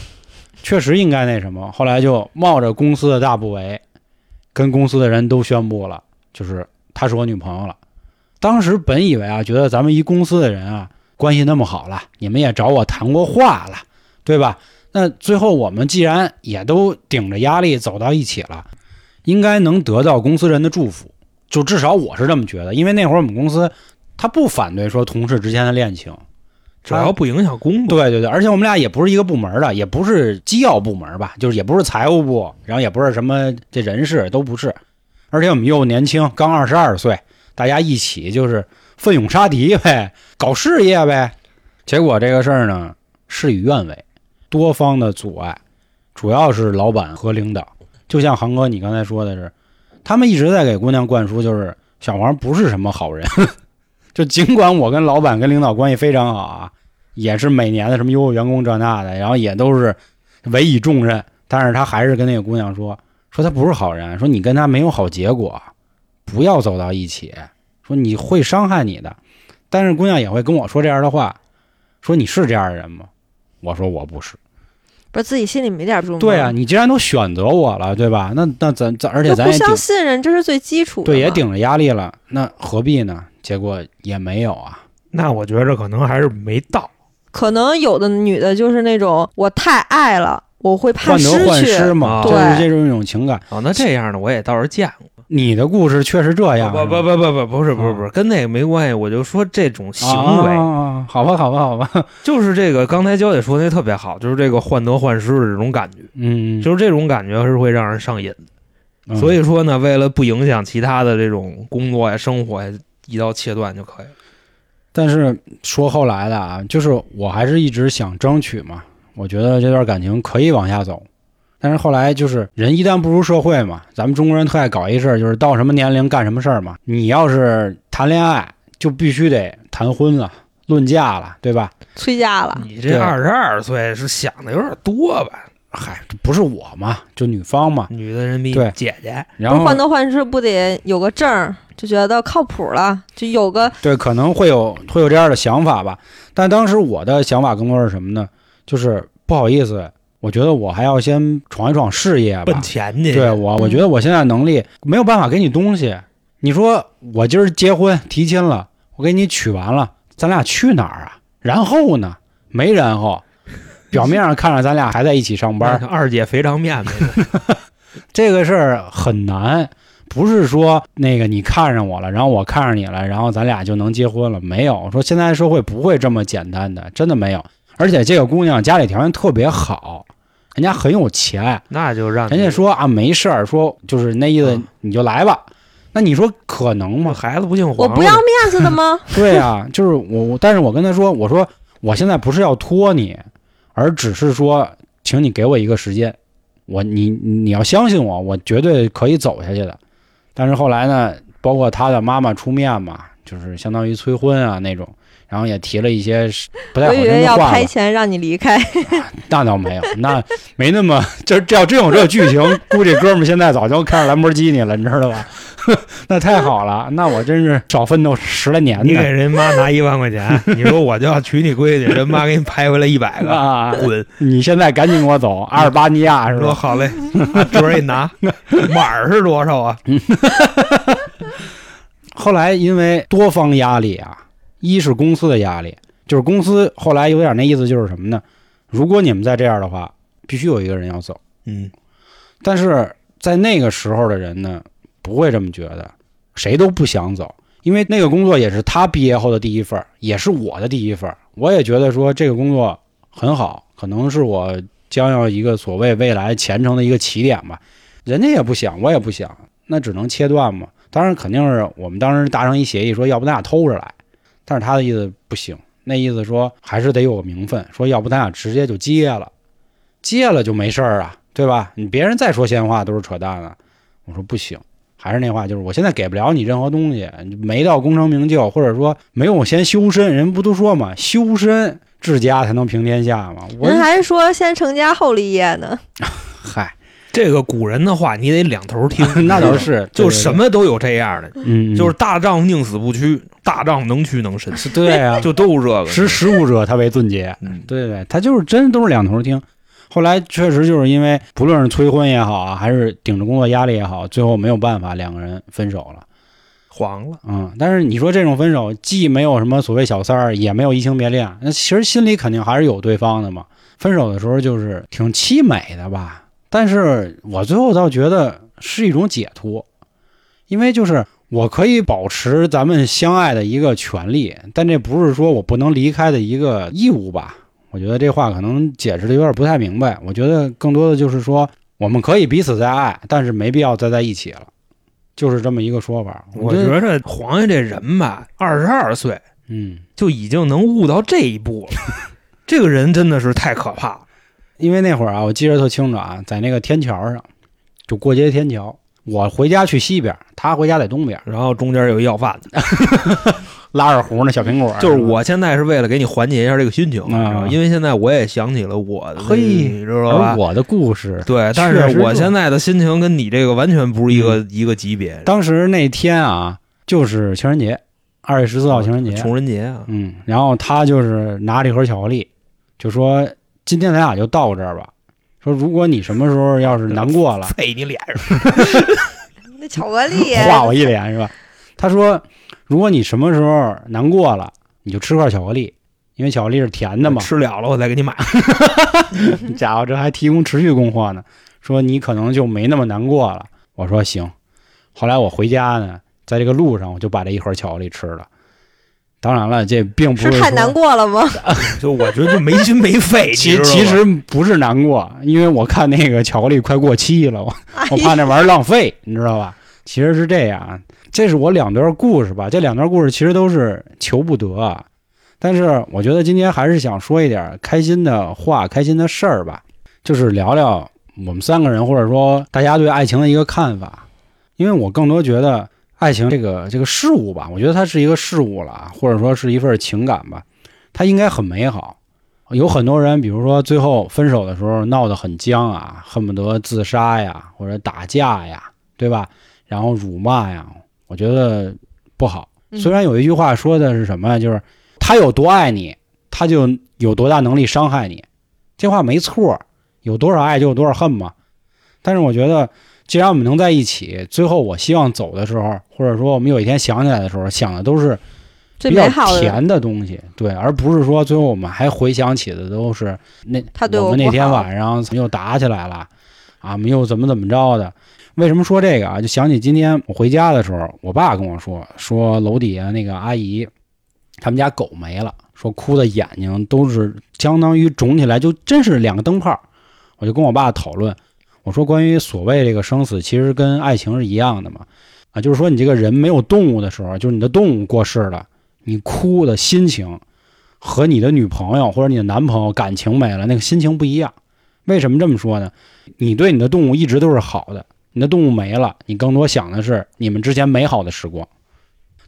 [SPEAKER 2] 确实应该那什么。后来就冒着公司的大不韪，跟公司的人都宣布了，就是她是我女朋友了。当时本以为啊，觉得咱们一公司的人啊关系那么好了，你们也找我谈过话了，对吧？那最后我们既然也都顶着压力走到一起了，应该能得到公司人的祝福，就至少我是这么觉得。因为那会儿我们公司他不反对说同事之间的恋情，
[SPEAKER 3] 只要不影响工作，
[SPEAKER 2] 对对对，而且我们俩也不是一个部门的，也不是机要部门吧，就是也不是财务部，然后也不是什么这人事都不是，而且我们又年轻，刚二十二岁，大家一起就是奋勇杀敌呗，搞事业呗。结果这个事儿呢，事与愿违，多方的阻碍，主要是老板和领导。就像航哥你刚才说的是，他们一直在给姑娘灌输，就是小王不是什么好人。 <laughs> 就尽管我跟老板跟领导关系非常好啊，也是每年的什么优秀员工这那的，然后也都是委以重任，但是他还是跟那个姑娘说，说他不是好人，说你跟他没有好结果，不要走到一起，说你会伤害你的。但是姑娘也会跟我说这样的话，说你是这样的人吗？我说我不是。
[SPEAKER 4] 不是自己心里没点数吗？
[SPEAKER 2] 对啊，，你既然都选择我了，对吧？那那咱咱而且
[SPEAKER 4] 就
[SPEAKER 2] 咱
[SPEAKER 4] 互
[SPEAKER 2] 也顶
[SPEAKER 4] 相信任，这是最基础的。
[SPEAKER 2] 对也。顶着压力了，那何必呢？结果也没有啊。
[SPEAKER 3] 那我觉着可能还是没到，
[SPEAKER 4] 可能有的女的就是那种我太爱了，我会怕
[SPEAKER 2] 患
[SPEAKER 4] 失
[SPEAKER 2] 得患失
[SPEAKER 4] 去。哦
[SPEAKER 2] 嘛，
[SPEAKER 3] 对
[SPEAKER 2] 就是这种一种情感。
[SPEAKER 3] 哦，那这样的我也倒是见过。
[SPEAKER 2] 你的故事确实这样，啊
[SPEAKER 3] 不不
[SPEAKER 2] 是吧
[SPEAKER 3] 不不不，不是不是不是，跟那个没关系。我就说这种行为，
[SPEAKER 2] 啊好吧，好吧，好吧，
[SPEAKER 3] 就是这个刚才娇姐说的那特别好，就是这个患得患失的这种感觉，
[SPEAKER 2] <laughs> 嗯，
[SPEAKER 3] 就是这种感觉是会让人上瘾的。
[SPEAKER 2] 嗯
[SPEAKER 3] 所以说呢，为了不影响其他的这种工作呀、生活呀，一刀切断就可以了。
[SPEAKER 2] 但是说后来的啊，就是我还是一直想争取嘛，我觉得这段感情可以往下走。但是后来就是人一旦步入社会嘛，咱们中国人特爱搞一事儿，就是到什么年龄干什么事儿嘛。你要是谈恋爱，就必须得谈婚了、论嫁了，对吧？
[SPEAKER 4] 催嫁了，
[SPEAKER 3] 你
[SPEAKER 2] 对
[SPEAKER 3] 这二十二岁是想的有点多吧？
[SPEAKER 2] 嗨，这不是我嘛，就女方嘛。
[SPEAKER 3] 女的人比
[SPEAKER 2] 对
[SPEAKER 3] 姐姐，
[SPEAKER 2] 然
[SPEAKER 4] 不是
[SPEAKER 2] 后
[SPEAKER 4] 患得患失，不得有个证儿，就觉得靠谱了，就有个
[SPEAKER 2] 对，可能会有会有这样的想法吧。但当时我的想法更多是什么呢？就是不好意思，我觉得我还要先闯一闯事业吧，
[SPEAKER 3] 奔钱去。
[SPEAKER 2] 对我，我觉得我现在能力没有办法给你东西。你说我今儿结婚提亲了，我给你娶完了，咱俩去哪儿啊？然后呢？没然后。表面上看着咱俩还在一起上班
[SPEAKER 3] 那，二姐肥肠面呗。
[SPEAKER 2] 这个事儿很难，不是说那个你看上我了，然后我看上你了，然后咱俩就能结婚了。没有，说现在社会不会这么简单的，真的没有。而且这个姑娘家里条件特别好，人家很有钱，
[SPEAKER 3] <laughs> 那就让
[SPEAKER 2] 人家说啊，没事儿，说就是那意思
[SPEAKER 3] 嗯，
[SPEAKER 2] 你就来吧。那你说可能
[SPEAKER 3] 我
[SPEAKER 2] 吗？
[SPEAKER 3] 孩子不姓黄，
[SPEAKER 4] 我不要面子的吗？
[SPEAKER 2] <laughs> 对啊，就是我，我但是我跟他说，我说我现在不是要拖你，而只是说，请你给我一个时间，我你你要相信我，我绝对可以走下去的。但是后来呢，包括他的妈妈出面嘛，就是相当于催婚啊那种，然后也提了一些不太
[SPEAKER 4] 我
[SPEAKER 2] 好
[SPEAKER 4] 以
[SPEAKER 2] 听的
[SPEAKER 4] 为要
[SPEAKER 2] 话吧
[SPEAKER 4] 拍。钱让你离开，
[SPEAKER 2] 那倒没有，那没那么，就是这要真有这剧情，估计哥们儿现在早就开着兰博基尼了，你知道吧？ <laughs> 那太好了，那我真是少奋斗十来年
[SPEAKER 3] 你
[SPEAKER 2] 呢
[SPEAKER 3] 给。人妈拿一万块钱，你说我就要娶你闺女，人妈给你拍回来一百 <laughs> 个，
[SPEAKER 2] 啊，
[SPEAKER 3] 滚！
[SPEAKER 2] 你现在赶紧给我 <laughs> 走，阿尔巴尼亚是
[SPEAKER 3] 说
[SPEAKER 2] 吧？
[SPEAKER 3] 好嘞，把折一 <laughs> 拿，码儿是多少啊？
[SPEAKER 2] 后来因为多方压力啊，一是公司的压力，就是公司后来有点那意思，就是什么呢？如果你们再这样的话，必须有一个人要走。
[SPEAKER 3] 嗯，
[SPEAKER 2] 但是在那个时候的人呢，不会这么觉得，谁都不想走，因为那个工作也是他毕业后的第一份儿，也是我的第一份儿。我也觉得说这个工作很好，可能是我将要一个所谓未来前程的一个起点吧。人家也不想，我也不想，那只能切断嘛。当然肯定是我们当时达成一协议，说要不咱俩偷着来，但是他的意思不行，那意思说还是得有个名分，说要不咱俩直接就接了。戒了就没事儿啊，对吧？你别人再说闲话都是扯淡啊。我说不行，还是那话，就是我现在给不了你任何东西，你没到功成名就，或者说没有先修身，人不都说嘛，修身治家才能平天下嘛。我
[SPEAKER 4] 人 <laughs> 还说先成家后立业呢。
[SPEAKER 2] 嗨，，
[SPEAKER 3] 这个古人的话你得两头 <laughs> 听
[SPEAKER 2] <laughs> 那倒，是，
[SPEAKER 3] 就
[SPEAKER 2] 对
[SPEAKER 3] 什，么都有这样的，
[SPEAKER 2] 对对嗯，嗯
[SPEAKER 3] 就是大丈夫宁死不屈，大丈夫能屈能伸，
[SPEAKER 2] 是对啊，
[SPEAKER 3] 就都是这个。
[SPEAKER 2] <laughs> 识时务者他为俊杰。
[SPEAKER 3] 嗯，
[SPEAKER 2] 对对，他就是真都是两头听。后来确实就是因为不论是催婚也好啊，还是顶着工作压力也好，最后没有办法，两个人分手了。
[SPEAKER 3] 黄了，
[SPEAKER 2] 嗯，但是你说这种分手，既没有什么所谓小三儿，也没有移情别恋，那其实心里肯定还是有对方的嘛。分手的时候就是挺凄美的吧，但是我最后倒觉得是一种解脱，因为就是我可以保持咱们相爱的一个权利，但这不是说我不能离开的一个义务吧？我觉得这话可能解释的有点不太明白。我觉得更多的就是说，我们可以彼此再爱，但是没必要再在一起了，就是这么一个说法。
[SPEAKER 3] 我
[SPEAKER 2] 觉得
[SPEAKER 3] 觉着黄爷这人吧，二十二岁
[SPEAKER 2] 嗯，
[SPEAKER 3] 就已经能悟到这
[SPEAKER 2] <laughs>
[SPEAKER 3] 一步了，这个人真的是太可怕了。
[SPEAKER 2] 因为那会儿啊，我记得特清楚啊，在那个天桥上，就过街天桥，我回家去西边，他回家在东边，
[SPEAKER 3] 然后中间有一要饭的，
[SPEAKER 2] 拉着胡那小苹果，
[SPEAKER 3] 就是我现在是为了给你缓解一下这个心情，你
[SPEAKER 2] 啊
[SPEAKER 3] 知道吗因为现在我也想起了我的，
[SPEAKER 2] 嘿
[SPEAKER 3] 你知道吧
[SPEAKER 2] 而？我的故事。
[SPEAKER 3] 对，但
[SPEAKER 2] 确实
[SPEAKER 3] 是
[SPEAKER 2] 是嗯
[SPEAKER 3] 我现在的心情跟你这个完全不是一个一个级别。
[SPEAKER 2] 当时那天啊，就是情人节二月十四号情人节，
[SPEAKER 3] 穷人节啊，
[SPEAKER 2] 嗯，然后他就是拿了一盒巧克力，就说今天咱俩就到这儿吧。说如果你什么时候要是难过
[SPEAKER 3] <laughs>
[SPEAKER 2] 了，
[SPEAKER 3] 呸你脸上！
[SPEAKER 4] 那巧克
[SPEAKER 2] <laughs>
[SPEAKER 4] 力
[SPEAKER 2] 画我一脸是吧？他说如果你什么时候难过了，你就吃块巧克力，因为巧克力是甜的嘛。
[SPEAKER 3] 吃了了我再给你买。
[SPEAKER 2] <laughs> 家伙，这还提供持续供货呢。说你可能就没那么难过了。我说行。后来我回家呢，在这个路上我就把这一盒巧克力吃了。当然了，这并不
[SPEAKER 4] 是
[SPEAKER 2] 是
[SPEAKER 4] 太
[SPEAKER 2] 说
[SPEAKER 4] 难过了吗？
[SPEAKER 3] 就我觉得就没心没肺。
[SPEAKER 2] <laughs> 其
[SPEAKER 3] 你知道吗
[SPEAKER 2] 其实不是难过，因为我看那个巧克力快过期了，我我怕那玩意儿浪费，你知道吧？其实是这样啊，这是我两段故事吧，这两段故事其实都是求不得啊，但是我觉得今天还是想说一点开心的话、开心的事儿吧，就是聊聊我们三个人或者说大家对爱情的一个看法，因为我更多觉得爱情这个这个事物吧，我觉得它是一个事物了啊，或者说是一份情感吧，它应该很美好，有很多人，比如说最后分手的时候闹得很僵啊，恨不得自杀呀，或者打架呀，对吧？然后辱骂呀，我觉得不好。
[SPEAKER 4] 嗯
[SPEAKER 2] 虽然有一句话说的是什么呀，就是他有多爱你，他就有多大能力伤害你，这话没错，有多少爱就有多少恨嘛。但是我觉得，既然我们能在一起，最后我希望走的时候，或者说我们有一天想起来的时候，想的都是
[SPEAKER 4] 最
[SPEAKER 2] 比
[SPEAKER 4] 美
[SPEAKER 2] 较
[SPEAKER 4] 好的，
[SPEAKER 2] 甜的东西，对，而不是说最后我们还回想起的都是那
[SPEAKER 4] 他对
[SPEAKER 2] 我
[SPEAKER 4] 我
[SPEAKER 2] 们那
[SPEAKER 4] 不
[SPEAKER 2] 天
[SPEAKER 4] 好
[SPEAKER 2] 晚上又打起来了，啊，我们又怎么怎么着的。为什么说这个啊？就想起今天我回家的时候，我爸跟我说，说楼底下那个阿姨，他们家狗没了，说哭的眼睛都是相当于肿起来，就真是两个灯泡。我就跟我爸讨论，我说关于所谓这个生死，其实跟爱情是一样的嘛，啊，就是说你这个人没有动物的时候，就是你的动物过世了，你哭的心情和你的女朋友或者你的男朋友感情没了，那个心情不一样。为什么这么说呢？你对你的动物一直都是好的，你的动物没了，你更多想的是你们之前美好的时光。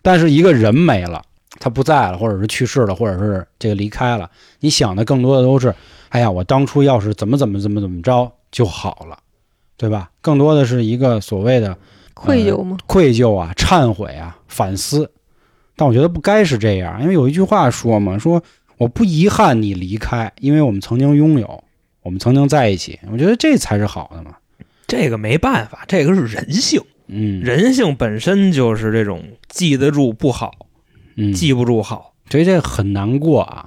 [SPEAKER 2] 但是一个人没了，他不在了，或者是去世了，或者是这个离开了，你想的更多的都是，哎呀，我当初要是怎么怎么怎么怎么着就好了，对吧？更多的是一个所谓的
[SPEAKER 4] 愧疚吗？
[SPEAKER 2] 愧疚啊、忏悔啊、反思。但我觉得不该是这样，因为有一句话说嘛，说我不遗憾你离开，因为我们曾经拥有，我们曾经在一起。我觉得这才是好的嘛。
[SPEAKER 3] 这个没办法，这个是人性，
[SPEAKER 2] 嗯，
[SPEAKER 3] 人性本身就是这种记得住不好，
[SPEAKER 2] 嗯，
[SPEAKER 3] 记不住好。
[SPEAKER 2] 所以这很难过啊。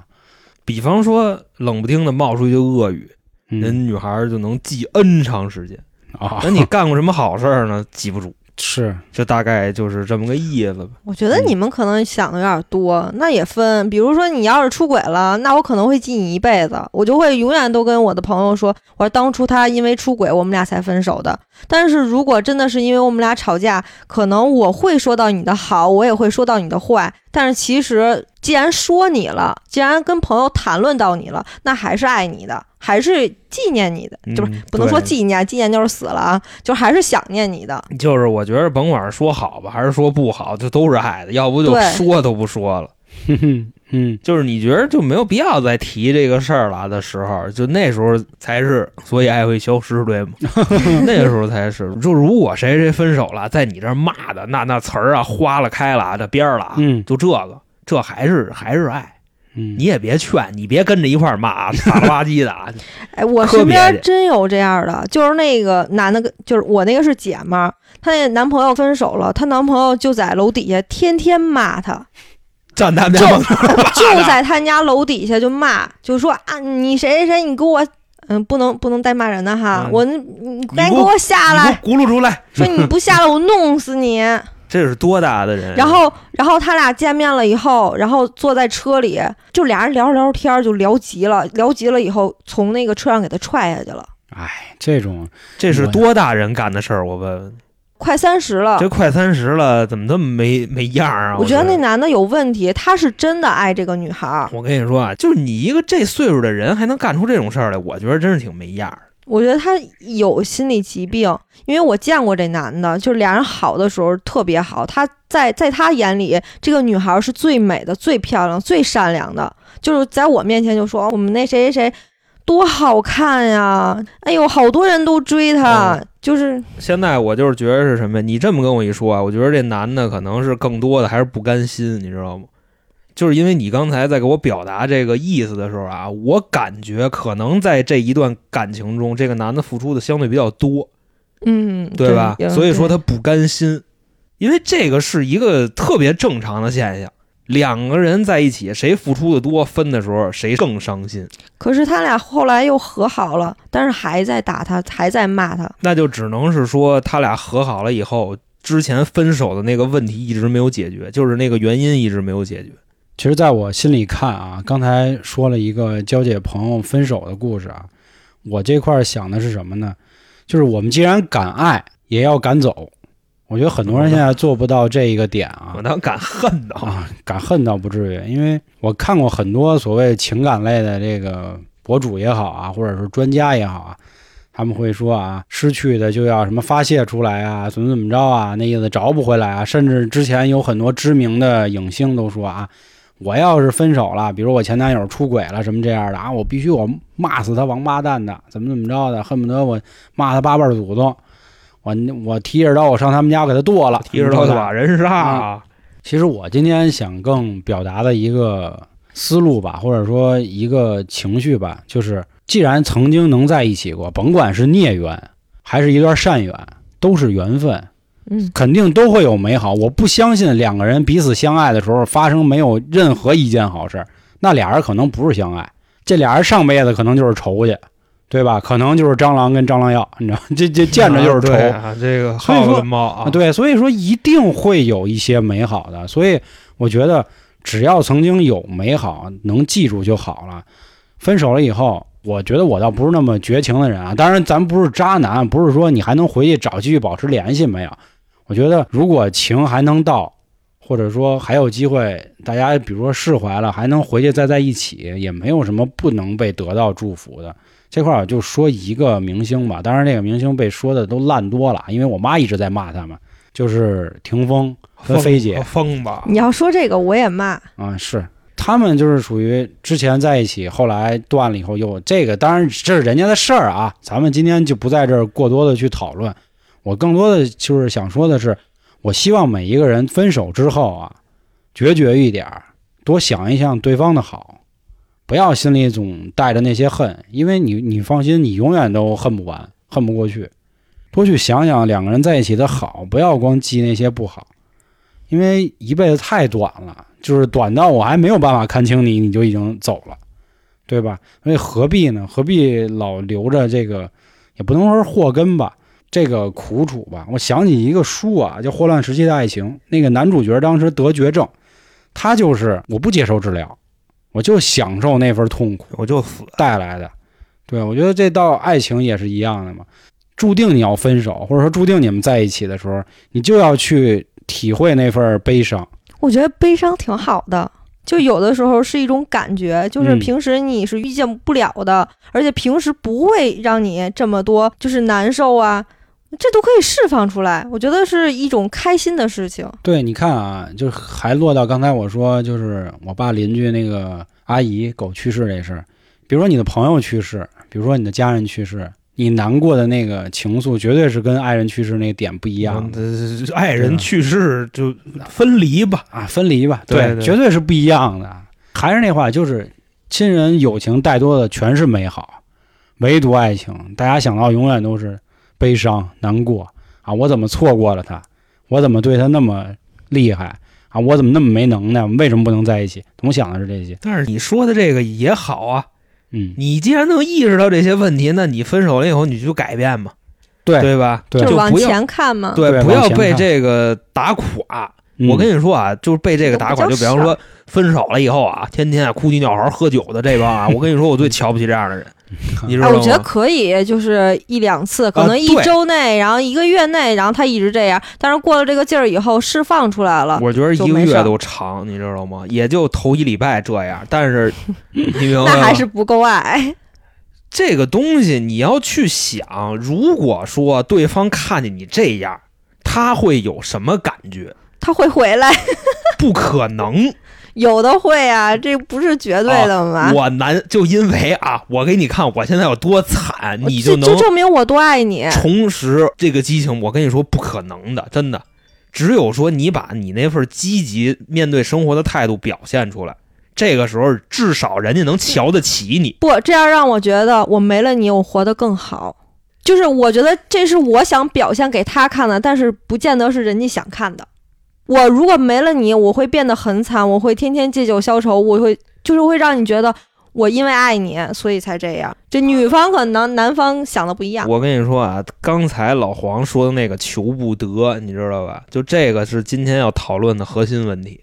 [SPEAKER 3] 比方说，冷不丁的冒出一句恶语，
[SPEAKER 2] 嗯
[SPEAKER 3] 人女孩儿就能记 N 长
[SPEAKER 2] <laughs>
[SPEAKER 3] 时间。
[SPEAKER 2] 啊，
[SPEAKER 3] 那你干过什么好事儿呢？记不住，
[SPEAKER 2] 是 <laughs>
[SPEAKER 3] 这大概就是这么个意思吧。
[SPEAKER 4] 我觉
[SPEAKER 3] 嗯
[SPEAKER 4] 得你们可能想的有点多，那也分。比如说，你要是出轨了，那我可能会记你一辈子，我就会永远都跟我的朋友说，我说当初他因为出轨，我们俩才分手的。但是如果真的是因为我们俩吵架，可能我会说到你的好，我也会说到你的坏。但是其实，既然说你了，既然跟朋友谈论到你了，那还是爱你的，还是纪念你的，
[SPEAKER 3] 嗯
[SPEAKER 4] 就不是不能说
[SPEAKER 3] 对
[SPEAKER 4] 纪念，纪念就是死了啊，就还是想念你的。
[SPEAKER 3] 就是我觉得，甭管是说好吧，还是说不好，这都是爱的。要不就
[SPEAKER 4] 对
[SPEAKER 3] 说都不说了。
[SPEAKER 2] 哼哼，嗯，
[SPEAKER 3] 就是你觉得就没有必要再提这个事儿了的时候，就那时候才是，所以爱会消失，
[SPEAKER 4] <laughs>
[SPEAKER 3] 对吗？那时候才是。就如果谁谁分手了，在你这儿骂的那那词儿啊，花了开了啊，这边儿了啊，
[SPEAKER 2] 嗯
[SPEAKER 3] 就这个，这还是还是爱。
[SPEAKER 2] 嗯，
[SPEAKER 3] 你也别劝，你别跟着一块儿骂啊，傻了吧唧的
[SPEAKER 4] <laughs>
[SPEAKER 3] 啊。
[SPEAKER 4] 哎，我
[SPEAKER 3] 特
[SPEAKER 4] 身
[SPEAKER 3] 别
[SPEAKER 4] 边
[SPEAKER 3] 的
[SPEAKER 4] 真有这样的，就是那个男的跟，就是我那个是姐们儿，她那男朋友分手了，她男朋友就在楼底下天天骂她，
[SPEAKER 3] 站他们家门口儿 <laughs> 骂
[SPEAKER 4] 就
[SPEAKER 3] 的
[SPEAKER 4] 在她家楼底下就骂，就说啊，你谁谁谁，你给我，嗯，不能不能带骂人的哈，
[SPEAKER 3] 嗯
[SPEAKER 4] 我你赶
[SPEAKER 3] 给
[SPEAKER 4] 紧给
[SPEAKER 3] 我
[SPEAKER 4] 我下来，
[SPEAKER 3] 你给我轱辘出来，
[SPEAKER 4] 说你不下来我弄死
[SPEAKER 3] <laughs>
[SPEAKER 4] 你。
[SPEAKER 3] 这是多大的人？啊
[SPEAKER 4] 然后然后他俩见面了以后，然后坐在车里，就俩人聊着聊着天儿就聊急了，聊急了以后从那个车上给他踹下去了，
[SPEAKER 2] 哎，这种
[SPEAKER 3] 这是多大人干的事儿？我问问，
[SPEAKER 4] 快三十了，
[SPEAKER 3] 这快三十了，怎么这么没没样儿啊？
[SPEAKER 4] 啊我
[SPEAKER 3] 我
[SPEAKER 4] 觉得那
[SPEAKER 3] 得
[SPEAKER 4] 男的有问题，他是真的爱这个女孩儿。
[SPEAKER 3] 我跟你说啊，就是你一个这岁数的人还能干出这种事儿来，我觉得真是挺没样儿。
[SPEAKER 4] 我觉得他有心理疾病，因为我见过这男的，就是俩人好的时候特别好，他在在他眼里，这个女孩儿是最美的、最漂亮、最善良的，就是在我面前就说我们那谁谁谁多好看呀！哎呦，好多人都追他，
[SPEAKER 3] 哦
[SPEAKER 4] 就是
[SPEAKER 3] 现在我就是觉得是什么呀？你这么跟我一说啊，我觉得这男的可能是更多的还是不甘心，你知道吗？就是因为你刚才在给我表达这个意思的时候啊，我感觉可能在这一段感情中，这个男的付出的相对比较多，
[SPEAKER 4] 嗯，
[SPEAKER 3] 对吧？
[SPEAKER 4] 有人
[SPEAKER 3] 所以说
[SPEAKER 4] 对
[SPEAKER 3] 他不甘心，因为这个是一个特别正常的现象。两个人在一起，谁付出的多，分的时候谁更伤心，
[SPEAKER 4] 可是他俩后来又和好了，但是还在打他，还在骂他。
[SPEAKER 3] 那就只能是说他俩和好了以后，之前分手的那个问题一直没有解决，就是那个原因一直没有解决。
[SPEAKER 2] 其实，在我心里看啊，刚才说了一个娇姐朋友分手的故事啊，我这块儿想的是什么呢？就是我们既然敢爱，也要敢走。我觉得很多人现在做不到这一个点啊
[SPEAKER 3] 我当敢恨的啊，
[SPEAKER 2] 啊，敢恨倒不至于，因为我看过很多所谓情感类的这个博主也好啊，或者是专家也好啊，他们会说啊，失去的就要什么发泄出来啊，怎么怎么着啊，那意思找不回来啊。甚至之前有很多知名的影星都说啊，我要是分手了，比如我前男友出轨了什么这样的啊，我必须我骂死他王八蛋的，怎么怎么着的，恨不得我骂他八辈儿祖宗。我我提着刀，我上他们家给他剁了，
[SPEAKER 3] 提着刀
[SPEAKER 2] 怎么着
[SPEAKER 3] 就
[SPEAKER 2] 的
[SPEAKER 3] 把人杀啊，
[SPEAKER 2] 其实我今天想更表达的一个思路吧，或者说一个情绪吧，就是既然曾经能在一起过，甭管是孽缘还是一段善缘，都是缘分，
[SPEAKER 4] 嗯，
[SPEAKER 2] 肯定都会有美好。我不相信两个人彼此相爱的时候发生没有任何一件好事儿，那俩人可能不是相爱，这俩人上辈子可能就是仇去，对吧？可能就是蟑螂跟蟑螂药，你知道，这这见着就是仇。
[SPEAKER 3] 对啊，这个
[SPEAKER 2] 所以
[SPEAKER 3] 耗
[SPEAKER 2] 说
[SPEAKER 3] 子跟猫啊，
[SPEAKER 2] 啊，，对，所以说一定会有一些美好的，所以我觉得只要曾经有美好，能记住就好了。分手了以后，我觉得我倒不是那么绝情的人啊，当然咱不是渣男，不是说你还能回去找继续保持联系没有？我觉得如果情还能到，或者说还有机会，大家比如说释怀了，还能回去再在一起，也没有什么不能被得到祝福的。这块儿我就说一个明星吧，当然这个明星被说的都烂多了，因为我妈一直在骂他们，就是霆锋跟菲姐
[SPEAKER 3] 疯吧，
[SPEAKER 4] 你要说这个我也骂，
[SPEAKER 2] 啊，是他们就是属于之前在一起，后来断了以后又这个，当然这是人家的事儿啊，咱们今天就不在这儿过多的去讨论。我更多的就是想说的是，我希望每一个人分手之后啊，决绝一点儿，多想一想对方的好，不要心里总带着那些恨，因为你你放心，你永远都恨不完，恨不过去。多去想想两个人在一起的好，不要光记那些不好，因为一辈子太短了，就是短到我还没有办法看清你，你就已经走了，对吧？所以何必呢？何必老留着这个，也不能说是祸根吧，这个苦楚吧。我想起一个书啊，叫《霍乱时期的爱情》，那个男主角当时得绝症，他就是我不接受治疗，我就享受那份痛苦。
[SPEAKER 3] 我就死，
[SPEAKER 2] 带来的。对，我觉得这到爱情也是一样的嘛，注定你要分手，或者说注定你们在一起的时候，你就要去体会那份悲伤。
[SPEAKER 4] 我觉得悲伤挺好的。就有的时候是一种感觉，就是
[SPEAKER 2] 嗯
[SPEAKER 4] 平时你是遇见不了的，而且平时不会让你这么多就是难受啊，这都可以释放出来。我觉得是一种开心的事情。
[SPEAKER 2] 对，你看啊，就还落到刚才我说，就是我爸邻居那个阿姨狗去世这事儿，比如说你的朋友去世，比如说你的家人去世，你难过的那个情愫，绝对是跟爱人去世那个点不一样啊的。
[SPEAKER 3] 嗯这爱人去世就分离吧，
[SPEAKER 2] 啊，分离吧，
[SPEAKER 3] 对对
[SPEAKER 2] 绝对是不一样的。还是那话，就是亲人友情带多的全是美好，唯独爱情，大家想到永远都是悲伤、难过啊！我怎么错过了他？我怎么对他那么厉害啊？我怎么那么没能耐？我们为什么不能在一起？总想的是这些。
[SPEAKER 3] 但是你说的这个也好啊，
[SPEAKER 2] 嗯，
[SPEAKER 3] 你既然能意识到这些问题，那你分手了以后你就改变嘛，
[SPEAKER 2] 对
[SPEAKER 3] 对吧？
[SPEAKER 2] 对
[SPEAKER 4] 就
[SPEAKER 3] 就是
[SPEAKER 4] 往
[SPEAKER 3] 不要
[SPEAKER 4] 前看嘛。
[SPEAKER 3] 对，
[SPEAKER 2] 对
[SPEAKER 3] 不
[SPEAKER 2] 往
[SPEAKER 3] 要
[SPEAKER 2] 前
[SPEAKER 3] 被
[SPEAKER 2] 看
[SPEAKER 3] 这个打垮。
[SPEAKER 2] 嗯
[SPEAKER 3] 我跟你说啊，就是被这个打垮，就比
[SPEAKER 4] 这个不叫
[SPEAKER 3] 方说分手了以后啊，天天啊哭鸡尿嚎喝酒的这帮啊，我跟你说，我最瞧不起这样的人，你知
[SPEAKER 4] 哎，
[SPEAKER 3] 道
[SPEAKER 4] 我觉得
[SPEAKER 3] 吗？
[SPEAKER 4] 可以，就是一两次，可
[SPEAKER 3] 呃
[SPEAKER 4] 能一
[SPEAKER 3] 对
[SPEAKER 4] 周内，然后一个月内，然后他一直这样。但是过了这个劲儿以后，释放出来了，
[SPEAKER 3] 我觉得
[SPEAKER 4] 就
[SPEAKER 3] 一个
[SPEAKER 4] 没事
[SPEAKER 3] 月
[SPEAKER 4] 儿
[SPEAKER 3] 都长，你知道吗？也就头一礼拜这样，但是你明白吗？
[SPEAKER 4] <laughs> 那还是不够爱。 <laughs>
[SPEAKER 3] 这个东西你要去想，如果说对方看见你这样，他会有什么感觉？
[SPEAKER 4] 他会回来， <laughs>
[SPEAKER 3] 不可能，
[SPEAKER 4] 有的会啊，这不是绝对的嘛。
[SPEAKER 3] 我难就因为啊，我给你看我现在有多惨，你
[SPEAKER 4] 这
[SPEAKER 3] 就能
[SPEAKER 4] 这证明我多爱你。
[SPEAKER 3] 重拾这个激情。我跟你说，不可能的，真的。只有说你把你那份积极面对生活的态度表现出来，这个时候至少人家能瞧得起你。
[SPEAKER 4] 不，这样让我觉得我没了你，我活得更好。就是我觉得这是我想表现给他看的，但是不见得是人家想看的。我如果没了你，我会变得很惨，我会天天借酒消愁，我会就是会让你觉得我因为爱你，所以才这样。这女方可能男方想的不一样。
[SPEAKER 3] 我跟你说啊，刚才老黄说的那个求不得，你知道吧？就这个是今天要讨论的核心问题。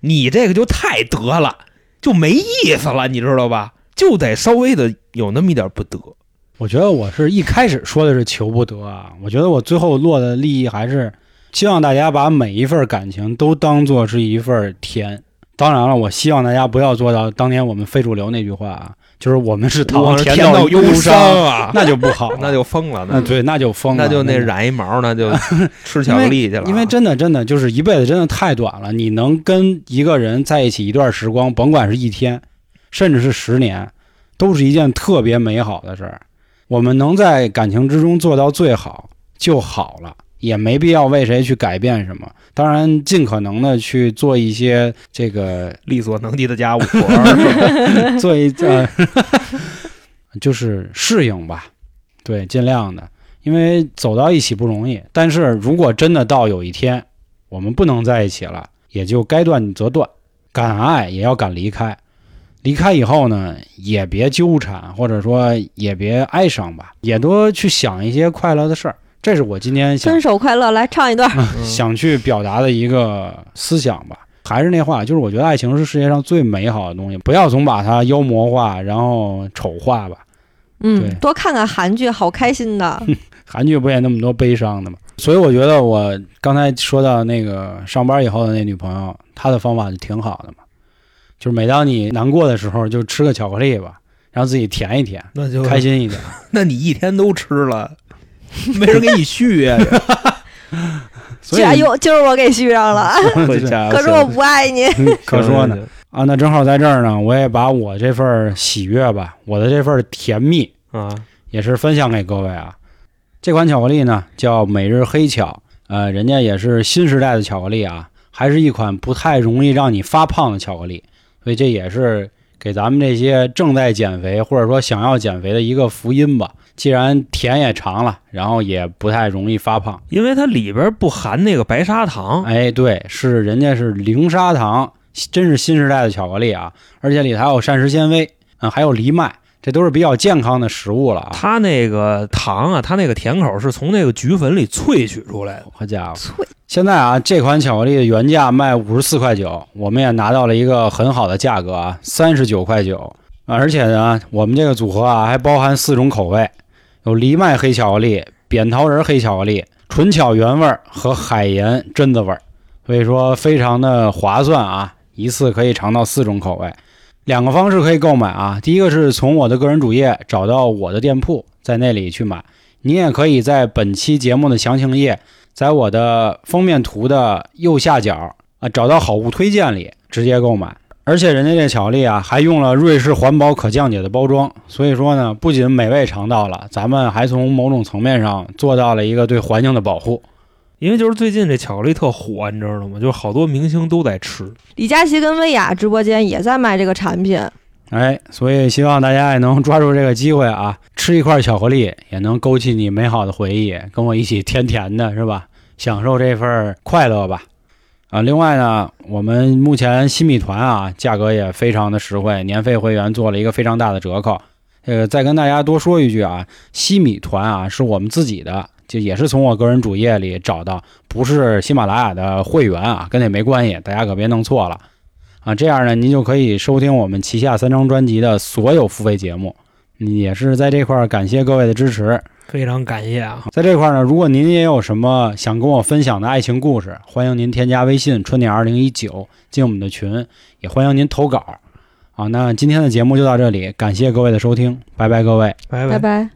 [SPEAKER 3] 你这个就太得了，就没意思了，你知道吧？就得稍微的有那么一点不得。
[SPEAKER 2] 我觉得我是一开始说的是求不得啊，我觉得我最后落的利益还是希望大家把每一份感情都当做是一份甜。当然了，我希望大家不要做到当年我们非主流那句话啊，就是我们是
[SPEAKER 3] 我
[SPEAKER 2] 糖
[SPEAKER 3] 是
[SPEAKER 2] 甜
[SPEAKER 3] 甜到
[SPEAKER 2] 忧
[SPEAKER 3] 忧伤，
[SPEAKER 2] 啊，那就不好
[SPEAKER 3] 那就疯了，
[SPEAKER 2] 那对，那就疯了，
[SPEAKER 3] 那就那
[SPEAKER 2] 个
[SPEAKER 3] 染一毛，那就吃巧克力去了。啊
[SPEAKER 2] 因为真的真的就是一辈子真的太短了，你能跟一个人在一起一段时光，甭管是一天，甚至是十年，都是一件特别美好的事儿。我们能在感情之中做到最好就好了，也没必要为谁去改变什么。当然，尽可能的去做一些这个
[SPEAKER 3] 力所能及的家务活
[SPEAKER 2] <laughs>
[SPEAKER 3] 儿， <laughs>
[SPEAKER 2] 做一呃，就是适应吧，对，尽量的，因为走到一起不容易。但是如果真的到有一天我们不能在一起了，也就该断则断，敢爱也要敢离开。离开以后呢，也别纠缠，或者说也别哀伤吧，也多去想一些快乐的事儿。这是我今天想
[SPEAKER 4] 分手快乐，来唱一段。
[SPEAKER 3] 嗯
[SPEAKER 2] 想去表达的一个思想吧。还是那话，就是我觉得爱情是世界上最美好的东西，不要总把它妖魔化，然后丑化吧。对
[SPEAKER 4] 嗯，多看看韩剧，好开心的。
[SPEAKER 2] 韩剧不也那么多悲伤的吗？所以我觉得我刚才说到那个上班以后的那女朋友，她的方法就挺好的嘛，就是每当你难过的时候，就吃个巧克力吧，让自己甜一甜，
[SPEAKER 3] 那就
[SPEAKER 2] 开。心一点。
[SPEAKER 3] 那你一天都吃 <laughs> 了，没人给你续 <laughs> 呀、
[SPEAKER 2] <laughs> 所以
[SPEAKER 4] 哎呦，就是我给续
[SPEAKER 2] <laughs>
[SPEAKER 4] 上了，
[SPEAKER 3] 这家伙
[SPEAKER 4] <laughs> 可是我不爱你。
[SPEAKER 2] 嗯可说呢，啊，那正好在这儿呢，我也把我这份儿喜悦吧，我的这份儿甜蜜，
[SPEAKER 3] 啊，
[SPEAKER 2] 也是分享给各位啊。这款巧克力呢叫每日黑巧，呃，人家也是新时代的巧克力啊，还是一款不太容易让你发胖的巧克力，所以这也是给咱们这些正在减肥或者说想要减肥的一个福音吧。既然甜也尝了，然后也不太容易发胖，
[SPEAKER 3] 因为它里边不含那个白砂糖，
[SPEAKER 2] 哎，对，是人家是零砂糖，真是新时代的巧克力啊，而且里头还有膳食纤维，嗯，还有藜麦，这都是比较健康的食物了啊。
[SPEAKER 3] 它那个糖啊，它那个甜口是从那个菊粉里萃取出来的。
[SPEAKER 2] 好家伙！现在啊，这款巧克力的原价卖五十四块九，我们也拿到了一个很好的价格啊，三十九块九。而且呢，我们这个组合啊，还包含四种口味，有藜麦黑巧克力、扁桃仁黑巧克力、纯巧原味儿和海盐榛子味儿，所以说非常的划算啊！一次可以尝到四种口味。两个方式可以购买啊，第一个是从我的个人主页找到我的店铺，在那里去买。你也可以在本期节目的详情页在我的封面图的右下角啊，找到好物推荐里直接购买。而且人家这巧克力啊，还用了瑞士环保可降解的包装，所以说呢，不仅美味尝到了，咱们还从某种层面上做到了一个对环境的保护。
[SPEAKER 3] 因为就是最近这巧克力特火，你知道吗？就是好多明星都在吃。
[SPEAKER 4] 李佳琦跟薇娅直播间也在卖这个产品，
[SPEAKER 2] 哎，所以希望大家也能抓住这个机会啊，吃一块巧克力也能勾起你美好的回忆，跟我一起甜甜的，是吧？享受这份儿快乐吧。啊，另外呢，我们目前新米团啊，价格也非常的实惠，年费会员做了一个非常大的折扣。呃，再跟大家多说一句啊，西米团啊是我们自己的，就也是从我个人主页里找到，不是喜马拉雅的会员啊，跟那没关系，大家可别弄错了。啊，这样呢，您就可以收听我们旗下三张专辑的所有付费节目。嗯也是在这块儿感谢各位的支持。
[SPEAKER 3] 非常感谢啊！
[SPEAKER 2] 在这块儿呢，如果您也有什么想跟我分享的爱情故事，欢迎您添加微信“春点二零一九”进我们的群，也欢迎您投稿。啊，那今天的节目就到这里，感谢各位的收听，拜拜，各位。
[SPEAKER 3] 拜
[SPEAKER 4] 拜拜。